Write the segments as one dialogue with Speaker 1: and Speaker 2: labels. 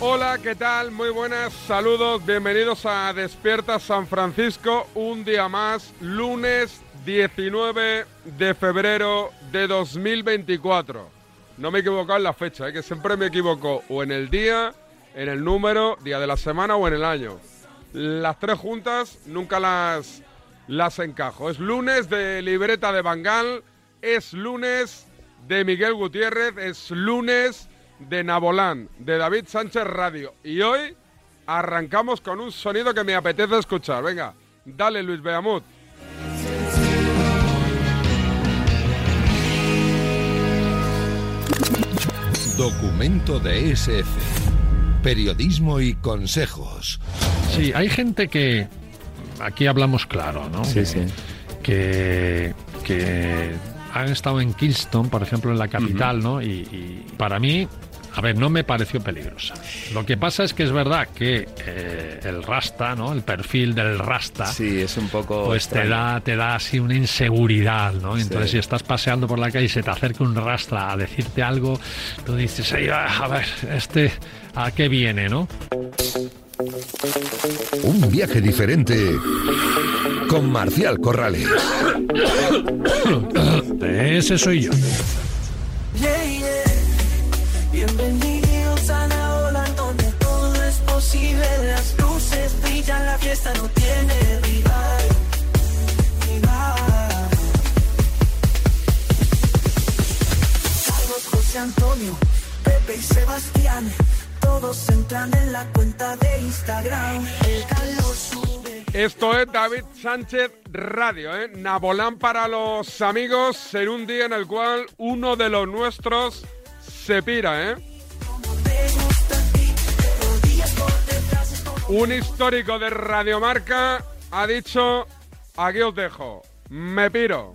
Speaker 1: Hola, ¿qué tal? Muy buenas, saludos, bienvenidos a Despierta San Francisco, un día más, lunes 19 de febrero de 2024. No me he equivocado en la fecha, ¿eh? que siempre me equivoco o en el día, en el número, día de la semana o en el año. Las tres juntas nunca las, las encajo. Es lunes de libreta de Bangal, es lunes de Miguel Gutiérrez, es lunes de Nabolán, de David Sánchez Radio. Y hoy arrancamos con un sonido que me apetece escuchar. Venga, dale Luis Beamut.
Speaker 2: Documento de SF. Periodismo y consejos.
Speaker 3: Sí, hay gente que. Aquí hablamos claro, ¿no?
Speaker 4: Sí, sí.
Speaker 3: Que. que han estado en Kingston, por ejemplo, en la capital, ¿no? Y, y para mí, a ver, no me pareció peligrosa. Lo que pasa es que es verdad que eh, el rasta, ¿no? El perfil del rasta,
Speaker 4: Sí, es un poco.
Speaker 3: pues te
Speaker 4: extraño.
Speaker 3: da, te da así una inseguridad, ¿no? Entonces,
Speaker 4: Sí.
Speaker 3: si estás paseando por la calle y se te acerca un rasta a decirte algo, tú dices, "Ay, a ver, este, ¿a qué viene, no?
Speaker 2: Un viaje diferente con Marcial Corrales.
Speaker 3: Ese soy yo.
Speaker 5: Yeah, yeah. Bienvenidos a la ola donde todo es posible. Las luces brillan, la fiesta no tiene rival. rival. Carlos, José Antonio, Pepe y Sebastián. Todos entran en la cuenta de Instagram. El calor sube.
Speaker 1: Esto es David Sánchez Radio, ¿eh? Nabolán para los amigos en un día en el cual uno de los nuestros se pira, ¿eh? Un histórico de Radiomarca ha dicho, aquí os dejo, me piro.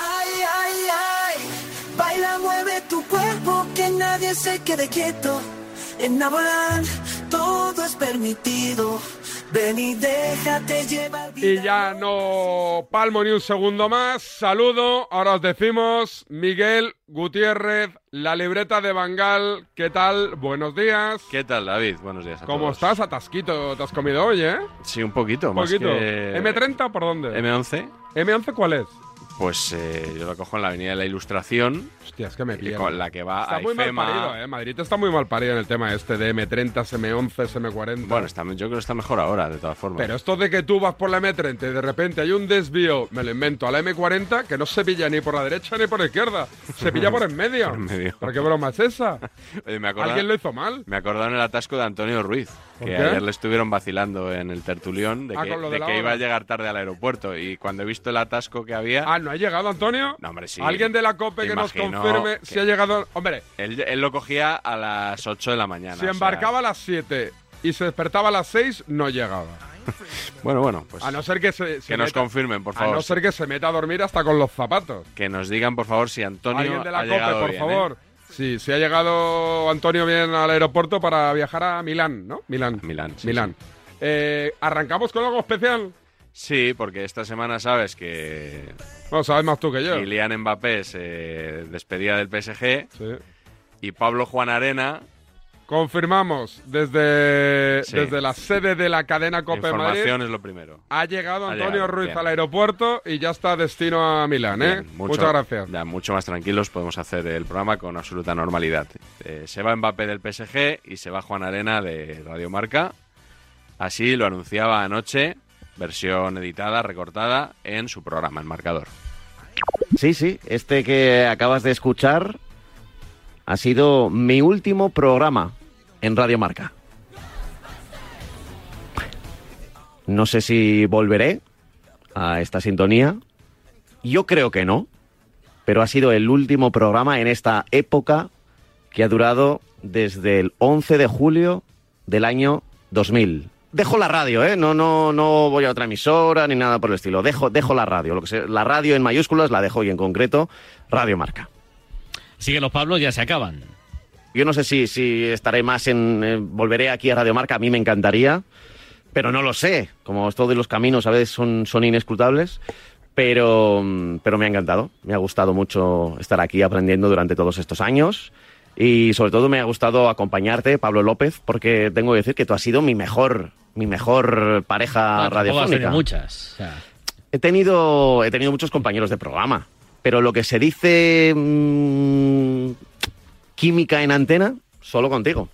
Speaker 5: Ay, ay, ay. Baila, mueve tu cuerpo, que nadie se quede quieto. En Nabolán todo es permitido. Ven y déjate llevar.
Speaker 1: Y ya no palmo ni un segundo más. Saludo. Ahora os decimos Miguel Gutiérrez, la libreta de Bangal. ¿Qué tal? Buenos días.
Speaker 6: ¿Qué tal, David? Buenos días a
Speaker 1: ¿Cómo
Speaker 6: todos.
Speaker 1: estás? Atasquito. ¿Te has comido hoy, eh?
Speaker 6: Sí, un poquito,
Speaker 1: Un
Speaker 6: más
Speaker 1: poquito.
Speaker 6: que-
Speaker 1: ¿M30 por dónde?
Speaker 6: M11.
Speaker 1: ¿M11 cuál es?
Speaker 6: Pues eh, yo lo cojo en la Avenida de la Ilustración.
Speaker 1: Hostia, es que me
Speaker 6: pillo. Con la que va
Speaker 1: Está
Speaker 6: a
Speaker 1: muy mal
Speaker 6: IFEMA.
Speaker 1: parido, eh. Madrid está muy mal parido en el tema este de M30, M11, M40.
Speaker 6: Bueno, está- yo creo que está mejor ahora, de todas formas.
Speaker 1: Pero esto de que tú vas por la M30 y de repente hay un desvío, me lo invento, a la M40, que no se pilla ni por la derecha ni por la izquierda. Se pilla por en medio.
Speaker 6: en medio.
Speaker 1: ¿Pero qué broma es esa?
Speaker 6: Oye, me acordaba-
Speaker 1: ¿Alguien lo hizo mal?
Speaker 6: Me acordaron el atasco de Antonio Ruiz,
Speaker 1: ¿Por
Speaker 6: que
Speaker 1: qué?
Speaker 6: ayer le estuvieron vacilando en el tertulión de
Speaker 1: Ah,
Speaker 6: que,
Speaker 1: con lo de
Speaker 6: de
Speaker 1: la
Speaker 6: que
Speaker 1: hora.
Speaker 6: iba a llegar tarde al aeropuerto. Y cuando he visto el atasco que había,
Speaker 1: Ah, ¿no ha llegado, Antonio?
Speaker 6: No, hombre, sí.
Speaker 1: ¿Alguien de la COPE que nos
Speaker 6: Imagino
Speaker 1: confirme si
Speaker 6: que-
Speaker 1: ha llegado? Hombre,
Speaker 6: él, él lo cogía a las 8 de la mañana.
Speaker 1: si
Speaker 6: o sea-
Speaker 1: embarcaba a las 7 y se despertaba a las 6, no llegaba.
Speaker 6: bueno, bueno, pues
Speaker 1: a no ser que se, se
Speaker 6: que nos
Speaker 1: meta-
Speaker 6: confirmen, por
Speaker 1: A
Speaker 6: favor.
Speaker 1: no ser que se meta a dormir hasta con los zapatos.
Speaker 6: Que nos digan, por favor, si Antonio
Speaker 1: Alguien de
Speaker 6: ha
Speaker 1: la COPE,
Speaker 6: llegado
Speaker 1: por
Speaker 6: bien, ¿eh?
Speaker 1: favor. Sí, si ha llegado Antonio bien al aeropuerto para viajar a Milán, ¿no? Milán.
Speaker 6: Milán. sí,
Speaker 1: Milán.
Speaker 6: sí.
Speaker 1: Eh, ¿Arrancamos con algo especial?
Speaker 6: Sí, porque esta semana sabes que
Speaker 1: No, sabes más tú que yo.
Speaker 6: Kylian Mbappé se despedía del PSG
Speaker 1: Sí.
Speaker 6: y Pablo Juan Arena,
Speaker 1: Confirmamos desde,
Speaker 6: Sí.
Speaker 1: desde la sede de la cadena Cope Madrid.
Speaker 6: información es lo primero.
Speaker 1: Ha llegado
Speaker 6: Ha
Speaker 1: Antonio
Speaker 6: llegado,
Speaker 1: Ruiz
Speaker 6: bien.
Speaker 1: al aeropuerto y ya está destino a Milán, ¿eh?
Speaker 6: Bien, mucho-
Speaker 1: Muchas gracias.
Speaker 6: Ya mucho más tranquilos podemos hacer el programa con absoluta normalidad. Eh, se va Mbappé del PSG y se va Juan Arena de Radio Marca. Así lo anunciaba anoche, versión editada, recortada, en su programa, El Marcador.
Speaker 7: Sí, sí, este que acabas de escuchar ha sido mi último programa en Radio Marca. No sé si volveré a esta sintonía. Yo creo que no, pero ha sido el último programa en esta época que ha durado desde el 11 de julio del año 2000. Dejo la radio, ¿eh? No, no, no voy a otra emisora ni nada por el estilo. Dejo, dejo la radio. Lo que sea- la radio en mayúsculas la dejo y en concreto Radio Marca.
Speaker 8: Sigue los Pablos, ya se acaban.
Speaker 7: Yo no sé si, si estaré más en... eh, volveré aquí a Radio Marca, a mí me encantaría, pero no lo sé. Como todos los caminos a veces son, son inescrutables, pero, mm, pero me ha encantado. Me ha gustado mucho estar aquí aprendiendo durante todos estos años y sobre todo me ha gustado acompañarte, Pablo López, porque tengo que decir que tú has sido mi mejor, mi mejor pareja
Speaker 8: Ah, tampoco has
Speaker 7: radiofónica.
Speaker 8: tenido muchas. O sea,
Speaker 7: He tenido, he tenido muchos compañeros de programa, pero lo que se dice mm, química en antena, solo contigo.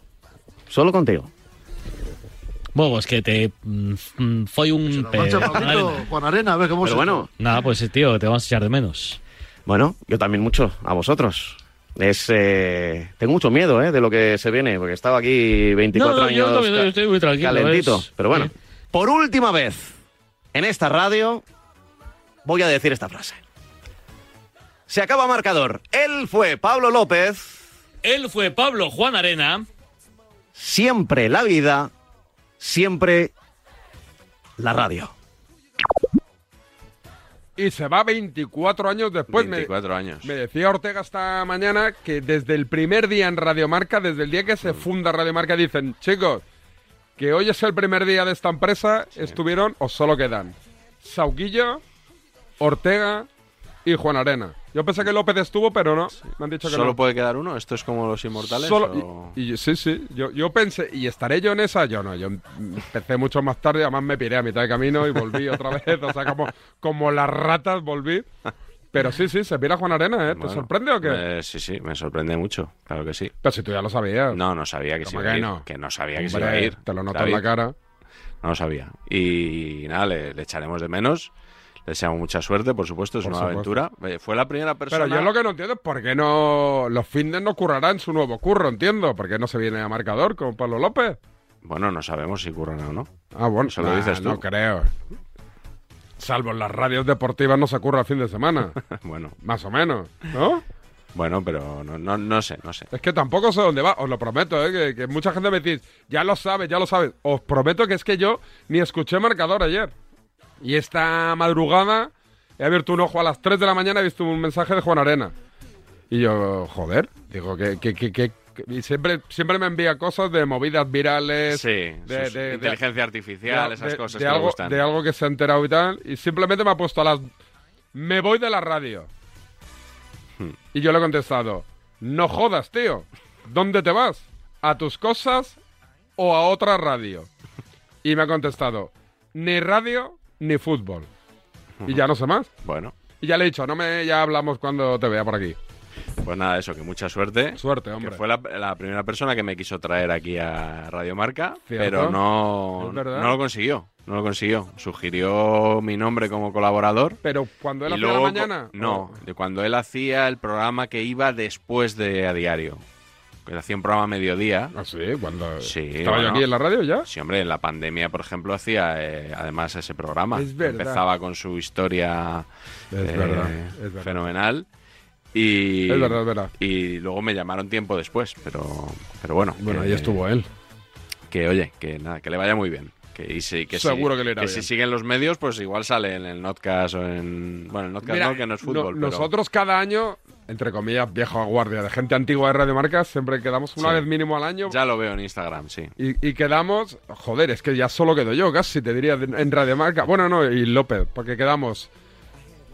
Speaker 7: Solo contigo.
Speaker 8: Bobos, que te mm, mm, fue un pe-
Speaker 7: eh,
Speaker 9: Mancha, Pablito,
Speaker 8: Arena.
Speaker 9: Juan Arena, a ver cómo
Speaker 7: Pero
Speaker 9: se-
Speaker 7: bueno,
Speaker 8: Nada, pues tío, te vamos a echar de menos.
Speaker 7: bueno, yo también mucho, a vosotros. Es, eh, tengo mucho miedo eh, de lo que se viene, porque he estado aquí 24
Speaker 8: No, no,
Speaker 7: años
Speaker 8: yo también
Speaker 7: ca-
Speaker 8: estoy muy tranquilo,
Speaker 7: calentito.
Speaker 8: es-
Speaker 7: Pero bueno,
Speaker 10: eh.
Speaker 8: sí.
Speaker 7: por última vez en esta radio voy a decir esta frase. Se acaba marcador. Él fue Pablo López.
Speaker 8: Él fue Pablo Juan Arena.
Speaker 7: siempre la vida, siempre la radio.
Speaker 1: Y se va 24 años después. me-
Speaker 6: 24 años.
Speaker 1: Me decía Ortega esta mañana que desde el primer día en Radiomarca, desde el día que
Speaker 6: Mm.
Speaker 1: se funda Radiomarca, dicen, chicos, que hoy es el primer día de esta empresa, estuvieron o solo quedan Sauquillo, Ortega y Juan Arena. Yo pensé que López estuvo, pero no, me han dicho que
Speaker 6: ¿Solo
Speaker 1: no.
Speaker 6: puede quedar uno? ¿Esto es como los inmortales?
Speaker 1: Solo-
Speaker 6: o-
Speaker 1: y, y- sí, sí, yo, yo pensé, ¿y estaré yo en esa? Yo no, yo em- empecé mucho más tarde, además me piré a mitad de camino y volví otra vez, o sea, como, como las ratas volví. Pero sí, sí, se pira Juan Arena, ¿eh?
Speaker 6: Bueno,
Speaker 1: ¿Te sorprende o qué?
Speaker 6: eh, sí, sí, me sorprende mucho. Claro que sí.
Speaker 1: Pero si tú ya lo sabías.
Speaker 6: No, no sabía que se
Speaker 1: ¿Cómo
Speaker 6: iba a
Speaker 1: que
Speaker 6: ir.
Speaker 1: no?
Speaker 6: Que no sabía que se
Speaker 1: Hombre,
Speaker 6: iba a ir.
Speaker 1: Te lo noto
Speaker 6: David,
Speaker 1: en la cara.
Speaker 6: No lo sabía. Y, nada, le, le echaremos de menos. Le deseamos mucha suerte, por supuesto. Es
Speaker 1: Por
Speaker 6: una
Speaker 1: supuesto.
Speaker 6: aventura. Eh, Fue la primera persona.
Speaker 1: Pero yo lo que no entiendo es por qué no. Los fitness no currarán su nuevo curro, entiendo. ¿Por qué no se viene a marcador con Pablo López?
Speaker 6: Bueno, no sabemos si curran o no.
Speaker 1: Ah, bueno.
Speaker 6: Eso lo
Speaker 1: nah,
Speaker 6: dices tú.
Speaker 1: No creo. Salvo en las radios deportivas no se curra el fin de semana.
Speaker 6: bueno,
Speaker 1: más o menos, ¿no?
Speaker 6: bueno, pero no, no, no sé, no sé.
Speaker 1: Es que tampoco sé dónde va, os lo prometo, ¿eh? que, que mucha gente me dice, ya lo sabes, ya lo sabes. Os prometo que es que yo ni escuché marcador ayer. Y esta madrugada he abierto un ojo a las 3 de la mañana y he visto un mensaje de Juan Arena. Y yo, joder, digo que... que, que, que- que- y siempre, siempre me envía cosas de movidas virales.
Speaker 6: Sí,
Speaker 1: de-
Speaker 6: sus-
Speaker 1: de- de-
Speaker 6: inteligencia
Speaker 1: de-
Speaker 6: artificial, esas
Speaker 1: de-
Speaker 6: cosas
Speaker 1: de
Speaker 6: que me
Speaker 1: algo,
Speaker 6: gustan.
Speaker 1: De algo que se ha enterado y tal. Y simplemente me ha puesto a las... Me voy de la radio.
Speaker 6: Hmm.
Speaker 1: Y yo le he contestado, no jodas, tío. ¿Dónde te vas? ¿A tus cosas o a otra radio? Y me ha contestado, ni radio ni fútbol. Y ya no sé más.
Speaker 6: Bueno,
Speaker 1: Y ya le he dicho, no me, ya hablamos cuando te vea por aquí.
Speaker 6: pues nada, eso, que mucha suerte.
Speaker 1: Suerte,
Speaker 6: Que
Speaker 1: hombre.
Speaker 6: fue la, la primera persona que me quiso traer aquí a Radio Marca,
Speaker 1: Cierto.
Speaker 6: pero no,
Speaker 1: Es verdad.
Speaker 6: no lo consiguió. No lo consiguió. Sugirió mi nombre como colaborador.
Speaker 1: Pero cuando él
Speaker 6: y
Speaker 1: hacía la
Speaker 6: luego co-
Speaker 1: mañana.
Speaker 6: No, de cuando él hacía el programa que iba después de A Diario. Él hacía un programa a mediodía.
Speaker 1: Ah, sí, cuando.
Speaker 6: Sí,
Speaker 1: estaba yo
Speaker 6: bueno.
Speaker 1: aquí en la radio ya.
Speaker 6: Sí, hombre, en la pandemia, por ejemplo, hacía eh, además ese programa.
Speaker 1: Es verdad.
Speaker 6: Empezaba con su historia
Speaker 1: Es
Speaker 6: eh,
Speaker 1: verdad, es verdad.
Speaker 6: fenomenal. Y,
Speaker 1: Es verdad, es verdad.
Speaker 6: y luego me llamaron tiempo después, pero, pero bueno.
Speaker 1: Bueno,
Speaker 6: que-
Speaker 1: ahí estuvo él.
Speaker 6: Que oye, que nada, que le vaya muy bien. Que, y si- que si-
Speaker 1: Seguro que le irá
Speaker 6: si
Speaker 1: bien.
Speaker 6: siguen los medios, pues igual sale en el Notcast o en. Bueno, el Notcast
Speaker 1: Mira,
Speaker 6: no, que no es
Speaker 1: no-
Speaker 6: fútbol. pero-
Speaker 1: Nosotros cada año, entre comillas, viejo guardia de gente antigua de Radio Marca, siempre quedamos una
Speaker 6: Sí.
Speaker 1: vez mínimo al año.
Speaker 6: Ya lo veo en Instagram, sí.
Speaker 1: Y, y quedamos, joder, es que ya solo quedo yo, casi te diría en en Radiomarca. Bueno, no, y López, porque quedamos.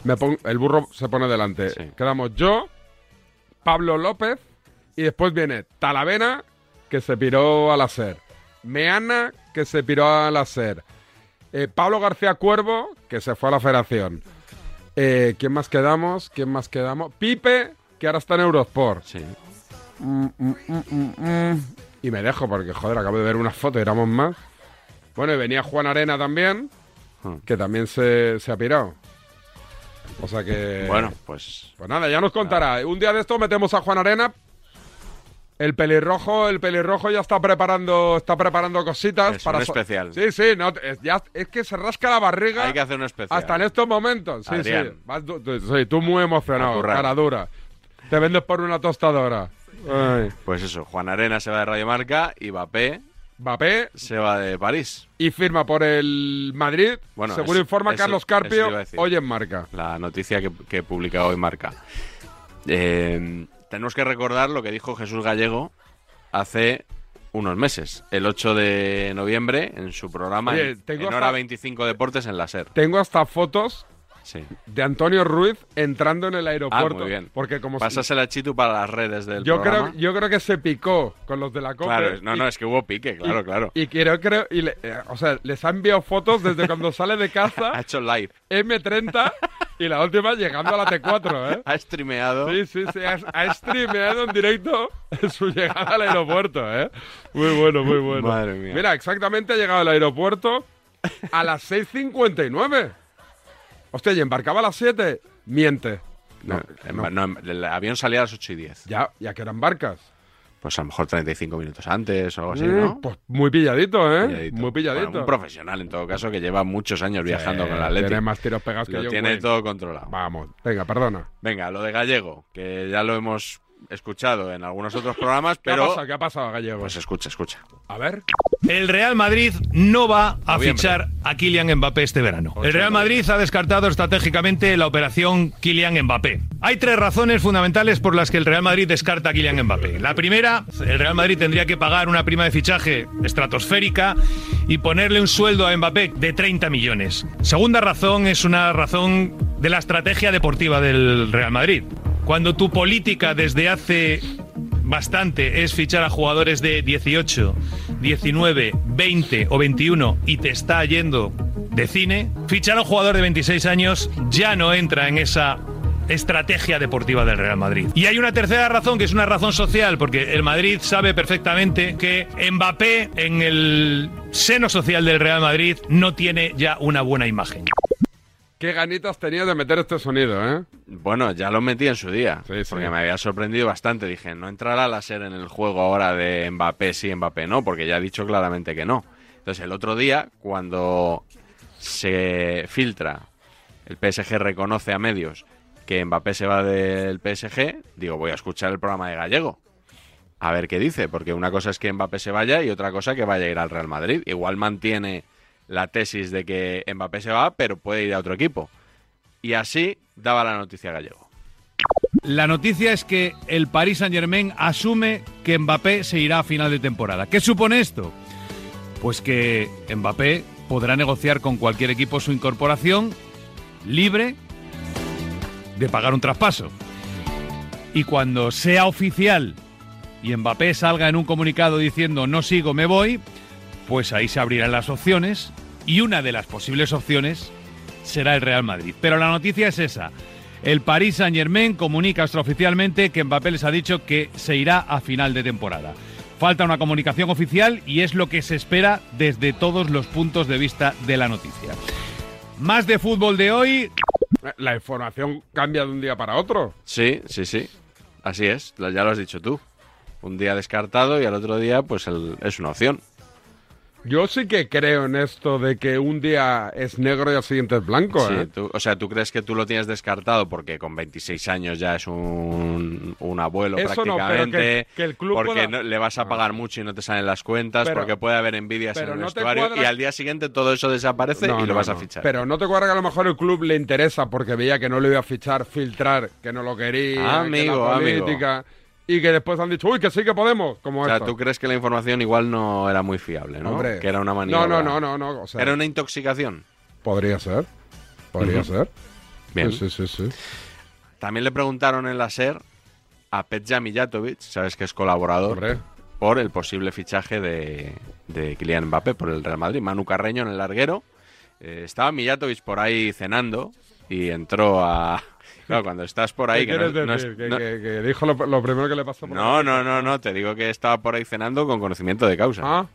Speaker 1: Me pon- el burro se pone delante.
Speaker 6: Sí.
Speaker 1: Quedamos yo, Pablo López, y después viene Talavera, que se piró al hacer. Meana, que se piró al hacer. Eh, Pablo García Cuervo, que se fue a la federación. Eh, ¿Quién más quedamos? ¿Quién más quedamos? Pipe, que ahora está en Eurosport.
Speaker 6: Sí.
Speaker 1: Mm, mm, mm, mm, mm. Y me dejo porque, joder, acabo de ver una foto, éramos más. Bueno, y venía Juan Arena también,
Speaker 6: Hmm.
Speaker 1: que también se, se ha pirado. O sea que...
Speaker 6: Bueno, pues.
Speaker 1: Pues nada, ya nos contará. Un día de esto metemos a Juan Arena El pelirrojo, el pelirrojo ya está preparando, está preparando cositas
Speaker 6: Es
Speaker 1: para
Speaker 6: un
Speaker 1: so-
Speaker 6: especial.
Speaker 1: Sí, sí, no, es, ya- es que se rasca la barriga
Speaker 6: Hay que hacer un especial.
Speaker 1: hasta en estos momentos. Sí,
Speaker 6: Adrián.
Speaker 1: sí. Vas tú, tú- sí, tú muy emocionado,
Speaker 6: A currar.
Speaker 1: cara dura. Te vendes por una tostadora. Ay.
Speaker 6: Pues eso, Juan Arena se va de Radio Marca y Mbappé
Speaker 1: Mbappé
Speaker 6: se va de París.
Speaker 1: y firma por el Madrid.
Speaker 6: Bueno,
Speaker 1: Según
Speaker 6: eso-
Speaker 1: informa
Speaker 6: eso-
Speaker 1: Carlos
Speaker 6: eso te
Speaker 1: Carpio,
Speaker 6: iba a decir.
Speaker 1: hoy en marca.
Speaker 6: La noticia que, que publica hoy Marca. Eh, tenemos que recordar lo que dijo Jesús Gallego hace unos meses, el 8 de noviembre, en su programa
Speaker 1: Oye,
Speaker 6: en,
Speaker 1: tengo
Speaker 6: en
Speaker 1: hasta-
Speaker 6: Hora 25 Deportes en la SER.
Speaker 1: Tengo hasta fotos
Speaker 6: Sí.
Speaker 1: de Antonio Ruiz entrando en el
Speaker 6: Ah,
Speaker 1: aeropuerto.
Speaker 6: muy bien.
Speaker 1: Porque como
Speaker 6: Pásasela a Chitu para las redes del
Speaker 1: yo
Speaker 6: programa.
Speaker 1: creo, yo creo que se picó con los de la copa.
Speaker 6: Claro, no, no, es que hubo pique, claro, claro.
Speaker 1: Y creo, creo, y le- eh, o sea, les ha enviado fotos desde cuando sale de
Speaker 6: Ha
Speaker 1: casa,
Speaker 6: hecho live,
Speaker 1: M30, y la última llegando a la T4, ¿eh?
Speaker 6: ha streameado.
Speaker 1: Sí, sí, sí, ha, ha streameado en directo su llegada al aeropuerto, ¿eh? Muy bueno, muy bueno.
Speaker 6: Madre mía.
Speaker 1: Mira, exactamente ha llegado al aeropuerto a las 6.59. Hostia, y embarcaba a las 7. Miente.
Speaker 6: No, en- no, en- el avión salía a las 8 y 10.
Speaker 1: Ya, ya que eran barcas.
Speaker 6: Pues a lo mejor 35 minutos antes o algo así, ¿no?
Speaker 1: Pues muy pilladito, ¿eh?
Speaker 6: Pilladito.
Speaker 1: Muy pilladito.
Speaker 6: Bueno, un profesional, en todo caso, que lleva muchos años viajando
Speaker 1: Eh,
Speaker 6: con la Atleti.
Speaker 1: Tiene más tiros pegados que
Speaker 6: Lo
Speaker 1: yo.
Speaker 6: tiene
Speaker 1: güey.
Speaker 6: todo controlado.
Speaker 1: Vamos, venga, perdona.
Speaker 6: Venga, lo de Gallego, que ya lo hemos escuchado en algunos otros programas,
Speaker 1: ¿Qué ha
Speaker 6: pero...
Speaker 1: pasado? ¿Qué ha pasado, Gallego?
Speaker 6: Pues escucha, escucha.
Speaker 1: a ver.
Speaker 9: El Real Madrid no va a
Speaker 6: Noviembre.
Speaker 9: fichar a Kylian Mbappé este verano. El Real Madrid ha descartado estratégicamente la operación Kylian Mbappé. Hay tres razones fundamentales por las que el Real Madrid descarta a Kylian Mbappé. La primera, el Real Madrid tendría que pagar una prima de fichaje estratosférica y ponerle un sueldo a Mbappé de 30 millones. Segunda razón es una razón de la estrategia deportiva del Real Madrid. Cuando tu política desde hace bastante es fichar a jugadores de 18, 19, 20 o 21 y te está yendo de cine, fichar a un jugador de 26 años ya no entra en esa estrategia deportiva del Real Madrid. Y hay una tercera razón que es una razón social, porque el Madrid sabe perfectamente que Mbappé en el seno social del Real Madrid no tiene ya una buena imagen.
Speaker 1: Qué ganitas tenía de meter este sonido, ¿eh?
Speaker 6: Bueno, ya lo metí en su día,
Speaker 1: Sí, sí.
Speaker 6: porque me había sorprendido bastante. Dije, no entrará la ser en el juego ahora de Mbappé sí, Mbappé no, porque ya ha dicho claramente que no. Entonces, el otro día, cuando se filtra, el PSG reconoce a medios que Mbappé se va del PSG, digo, voy a escuchar el programa de Gallego. A ver qué dice, porque una cosa es que Mbappé se vaya y otra cosa que vaya a ir al Real Madrid. Igual mantiene la tesis de que Mbappé se va, pero puede ir a otro equipo. Y así daba la noticia gallego.
Speaker 9: La noticia es que el Paris Saint-Germain asume que Mbappé se irá a final de temporada. ¿Qué supone esto? Pues que Mbappé podrá negociar con cualquier equipo su incorporación libre de pagar un traspaso. Y cuando sea oficial y Mbappé salga en un comunicado diciendo no sigo, me voy, pues ahí se abrirán las opciones y una de las posibles opciones será el Real Madrid. Pero la noticia es esa. El Paris Saint-Germain comunica extraoficialmente que Mbappé les ha dicho que se irá a final de temporada. Falta una comunicación oficial y es lo que se espera desde todos los puntos de vista de la noticia. Más de fútbol de hoy.
Speaker 1: La información cambia de un día para otro.
Speaker 6: Sí, sí, sí. Así es, lo- ya lo has dicho tú. Un día descartado y al otro día, pues el- es una opción.
Speaker 1: Yo sí que creo en esto de que un día es negro y al siguiente es blanco,
Speaker 6: Sí,
Speaker 1: ¿eh?
Speaker 6: tú- o sea, ¿tú crees que tú lo tienes descartado porque con 26 años ya es un, un abuelo
Speaker 1: Eso no, pero
Speaker 6: prácticamente?
Speaker 1: que- que el club
Speaker 6: porque
Speaker 1: pueda- Ah.
Speaker 6: no- le vas a pagar mucho y no te salen las cuentas,
Speaker 1: Pero-
Speaker 6: porque puede haber envidias en
Speaker 1: pero
Speaker 6: el
Speaker 1: no te
Speaker 6: vestuario
Speaker 1: cuadra-
Speaker 6: y al día siguiente todo eso desaparece
Speaker 1: No,
Speaker 6: y lo
Speaker 1: no,
Speaker 6: vas a
Speaker 1: no.
Speaker 6: fichar.
Speaker 1: Pero no te acuerdas que a lo mejor el club le interesa porque veía que no le iba a fichar, filtrar, que no lo quería,
Speaker 6: Amigo,
Speaker 1: que la
Speaker 6: amigo.
Speaker 1: política, y que después han dicho, uy, que sí que podemos, como
Speaker 6: o sea,
Speaker 1: esto.
Speaker 6: ¿tú crees que la información igual no era muy fiable, no?
Speaker 1: Hombre.
Speaker 6: Que era una manía.
Speaker 1: No, no, no, no, no, o sea,
Speaker 6: Era una intoxicación.
Speaker 1: podría ser, podría ser.
Speaker 6: Bien.
Speaker 1: Sí, sí, sí. sí.
Speaker 6: También le preguntaron en la SER a Petja Mijatovic, sabes que es colaborador,
Speaker 1: Hombre.
Speaker 6: por el posible fichaje de, de Kylian Mbappé por el Real Madrid. Manu Carreño en el larguero. Eh, estaba Mijatovic por ahí cenando y entró a... Claro, cuando estás por ahí...
Speaker 1: ¿Qué
Speaker 6: que no-
Speaker 1: quieres
Speaker 6: no es-
Speaker 1: decir? que,
Speaker 6: no-
Speaker 1: que- que dijo lo, lo primero que le pasó por
Speaker 6: no, no, no, no, te digo que estaba por ahí cenando con conocimiento de causa.
Speaker 1: Ah,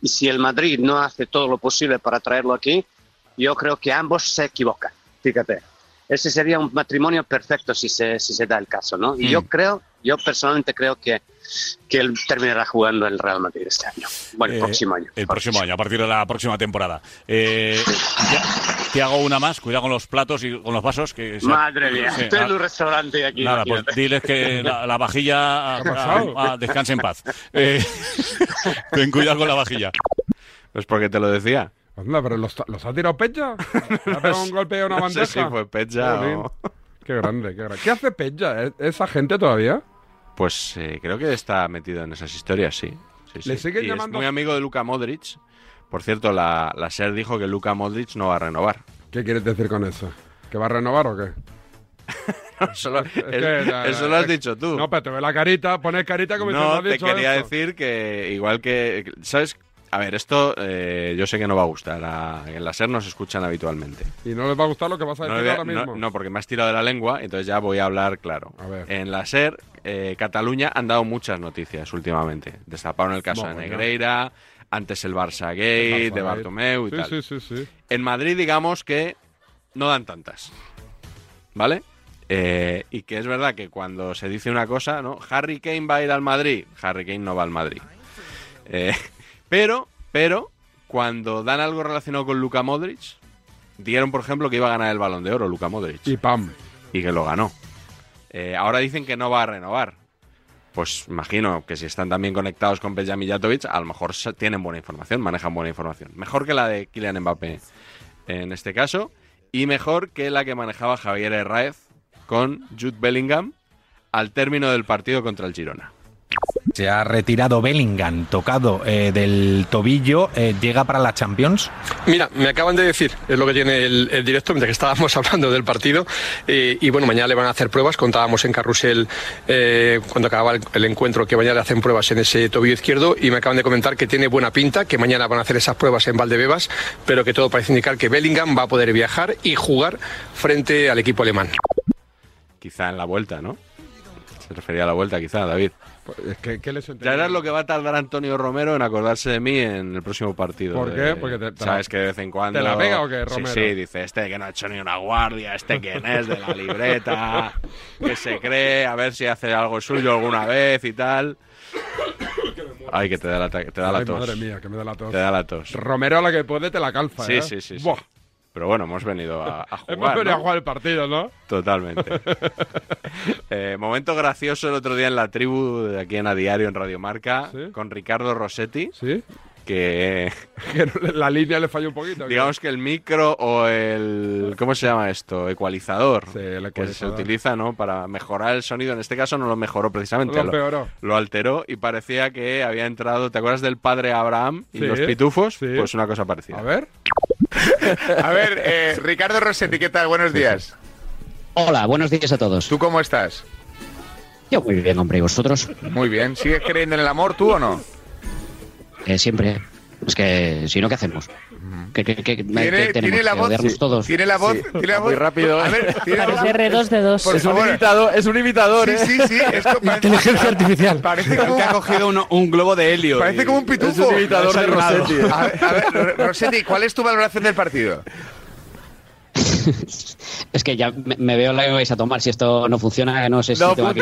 Speaker 11: y si el Madrid no hace todo lo posible para traerlo aquí, yo creo que ambos se equivocan. Fíjate, ese sería un matrimonio perfecto si se, si se da el caso, ¿no? Y yo creo
Speaker 12: Yo personalmente creo que, que él terminará jugando en el Real Madrid este año. Bueno, el
Speaker 10: Eh,
Speaker 12: próximo año.
Speaker 10: El próximo año, a partir de la próxima temporada. Eh, ya- te hago una más, cuidado con los platos y con los vasos. Que se-
Speaker 12: Madre mía,
Speaker 10: Sí,
Speaker 12: estoy
Speaker 10: ah,
Speaker 12: en un restaurante aquí.
Speaker 10: Nada, pues
Speaker 12: imagínate.
Speaker 10: diles que la, la vajilla
Speaker 12: ¿Qué ha pasado?
Speaker 10: ah, ah, descanse en paz. Eh, ten cuidado con la vajilla.
Speaker 6: Pues porque te lo decía.
Speaker 1: Anda, pero ¿los, los ha tirado Pecha? ¿Le ¿Ha pegado un golpe a una
Speaker 6: No sé
Speaker 1: bandeja?
Speaker 6: si fue Pecha
Speaker 1: Jolín.
Speaker 6: o-
Speaker 1: Qué grande, qué grande. ¿Qué hace Pecha? ¿Es- ¿Esa gente todavía?
Speaker 6: Pues eh, creo que está metido en esas historias, sí. Sí, sí.
Speaker 1: Le siguen
Speaker 6: Y es
Speaker 1: llamando-
Speaker 6: muy amigo de Luka Modric. Por cierto, la, la SER dijo que Luka Modric no va a renovar.
Speaker 1: ¿Qué quieres decir con eso? ¿Que va a renovar o qué?
Speaker 6: Eso lo,
Speaker 1: Es
Speaker 6: es-
Speaker 1: que, la-
Speaker 6: eso lo has
Speaker 1: es-
Speaker 6: dicho tú.
Speaker 1: No, pero te ve la carita, pones carita como diciendo,
Speaker 6: No,
Speaker 1: "Has
Speaker 6: te
Speaker 1: dicho
Speaker 6: quería
Speaker 1: esto".
Speaker 6: decir que igual que... ¿Sabes? A ver, esto eh, yo sé que no va a gustar. a- en la SER nos escuchan habitualmente.
Speaker 1: Y no les va a gustar lo que vas a
Speaker 6: No,
Speaker 1: decir
Speaker 6: le voy a-
Speaker 1: ahora
Speaker 6: no-
Speaker 1: mismo.
Speaker 6: no, porque me has tirado de la lengua, entonces ya voy a hablar claro. En la SER, eh, Cataluña han dado muchas noticias últimamente. Destaparon el caso de
Speaker 1: Mogollón.
Speaker 6: Negreira, antes el Barça Gate,
Speaker 1: Barça
Speaker 6: de
Speaker 1: Gate.
Speaker 6: Bartomeu y
Speaker 1: Sí,
Speaker 6: tal.
Speaker 1: sí, sí, sí.
Speaker 6: En Madrid, digamos que no dan tantas. ¿Vale? Eh, y que es verdad que cuando se dice una cosa, ¿no? Harry Kane va a ir al Madrid. Harry Kane no va al Madrid. Eh, pero, pero, cuando dan algo relacionado con Luka Modric, dieron, por ejemplo, que iba a ganar el balón de oro Luka Modric.
Speaker 1: Y pam.
Speaker 6: Y que lo ganó. Eh, ahora dicen que no va a renovar. Pues imagino que si están también conectados con Peja Mijatovic, a lo mejor se- tienen buena información, manejan buena información. Mejor que la de Kylian Mbappé en este caso, y mejor que la que manejaba Javier Herráez con Jude Bellingham al término del partido contra el Girona.
Speaker 13: Se ha retirado Bellingham, tocado eh, del tobillo, eh, llega para la Champions.
Speaker 3: Mira, me acaban de decir, es lo que tiene el, el directo, mientras que estábamos hablando del partido, eh, y bueno, mañana le van a hacer pruebas, contábamos en Carrusel eh, cuando acababa el, el encuentro que mañana le hacen pruebas en ese tobillo izquierdo, y me acaban de comentar que tiene buena pinta, que mañana van a hacer esas pruebas en Valdebebas, pero que todo parece indicar que Bellingham va a poder viajar y jugar frente al equipo alemán.
Speaker 6: Quizá en la vuelta, ¿no? Se refería a la vuelta, quizá, David.
Speaker 1: Pues, ¿Qué, qué les
Speaker 6: Ya verás lo que va a tardar Antonio Romero en acordarse de mí en el próximo partido.
Speaker 1: ¿Por
Speaker 6: de-
Speaker 1: qué? Porque te- te la-
Speaker 6: sabes que de vez en cuando.
Speaker 1: ¿Te la pega o qué,
Speaker 6: Sí,
Speaker 1: Romero?
Speaker 6: Sí, dice este que no ha hecho ni una guardia, este quién es de la libreta, que se cree, a ver si hace algo suyo alguna vez y tal. Ay, que te da la, ta- te da la
Speaker 1: Ay,
Speaker 6: tos.
Speaker 1: madre mía, que me da la tos.
Speaker 6: Te da la tos.
Speaker 1: Romero a la que puede te la calza,
Speaker 6: Sí,
Speaker 1: ¿eh?
Speaker 6: sí, sí, sí.
Speaker 1: Buah,
Speaker 6: Pero bueno, hemos venido a, a jugar.
Speaker 1: hemos venido
Speaker 6: ¿no?
Speaker 1: a jugar el partido, ¿no?
Speaker 6: Totalmente. Eh, momento gracioso el otro día en la tribu de aquí en A Diario en Radio Marca con Ricardo Rossetti. Que
Speaker 1: Que no- la línea le falló un poquito. ¿qué?
Speaker 6: digamos que el micro o el ¿cómo se llama esto? ecualizador, que se
Speaker 1: ecualizador.
Speaker 6: utiliza, ¿no? para mejorar el sonido. En este caso no lo mejoró precisamente,
Speaker 1: Lo empeoró.
Speaker 6: lo alteró y parecía que había entrado, ¿te acuerdas del padre Abraham y
Speaker 4: Sí,
Speaker 6: los pitufos?
Speaker 4: sí.
Speaker 6: Pues una cosa parecida.
Speaker 1: A ver.
Speaker 4: A ver, eh, Ricardo Rossetti, ¿qué tal? Buenos días.
Speaker 14: Hola, buenos días a todos.
Speaker 4: ¿Tú cómo estás?
Speaker 14: Yo muy bien, hombre, ¿y vosotros?
Speaker 4: Muy bien. ¿Sigues creyendo en el amor tú o no?
Speaker 14: Eh, siempre. Es que si no, ¿qué hacemos? ¿Qué, qué- qué- qué tenemos?
Speaker 4: tiene la
Speaker 14: ¿Que
Speaker 4: voz-
Speaker 14: odiarnos
Speaker 4: sí,
Speaker 14: todos?
Speaker 4: tiene la voz- tiene la Muy voz- rápido, ¿eh? A ver, tiene la voz- Parece
Speaker 14: R2D2.
Speaker 4: Por Es un favor.
Speaker 15: imitador, es un imitador,
Speaker 4: Sí,
Speaker 15: ¿eh?
Speaker 4: sí, sí. Es que parece,
Speaker 15: Inteligencia artificial.
Speaker 4: Parece
Speaker 15: Creo
Speaker 4: como-
Speaker 15: que ha cogido un, un globo de helio.
Speaker 4: parece
Speaker 15: y-
Speaker 4: como un pitufo.
Speaker 15: Es un imitador de
Speaker 4: Desayunado.
Speaker 15: Rossetti.
Speaker 4: A ver, a ver, Ro- Rossetti, ¿cuál es tu valoración del partido?
Speaker 14: Es que ya me, me veo la que vais a tomar. Si esto no funciona, que no sé si
Speaker 15: No
Speaker 14: tengo aquí-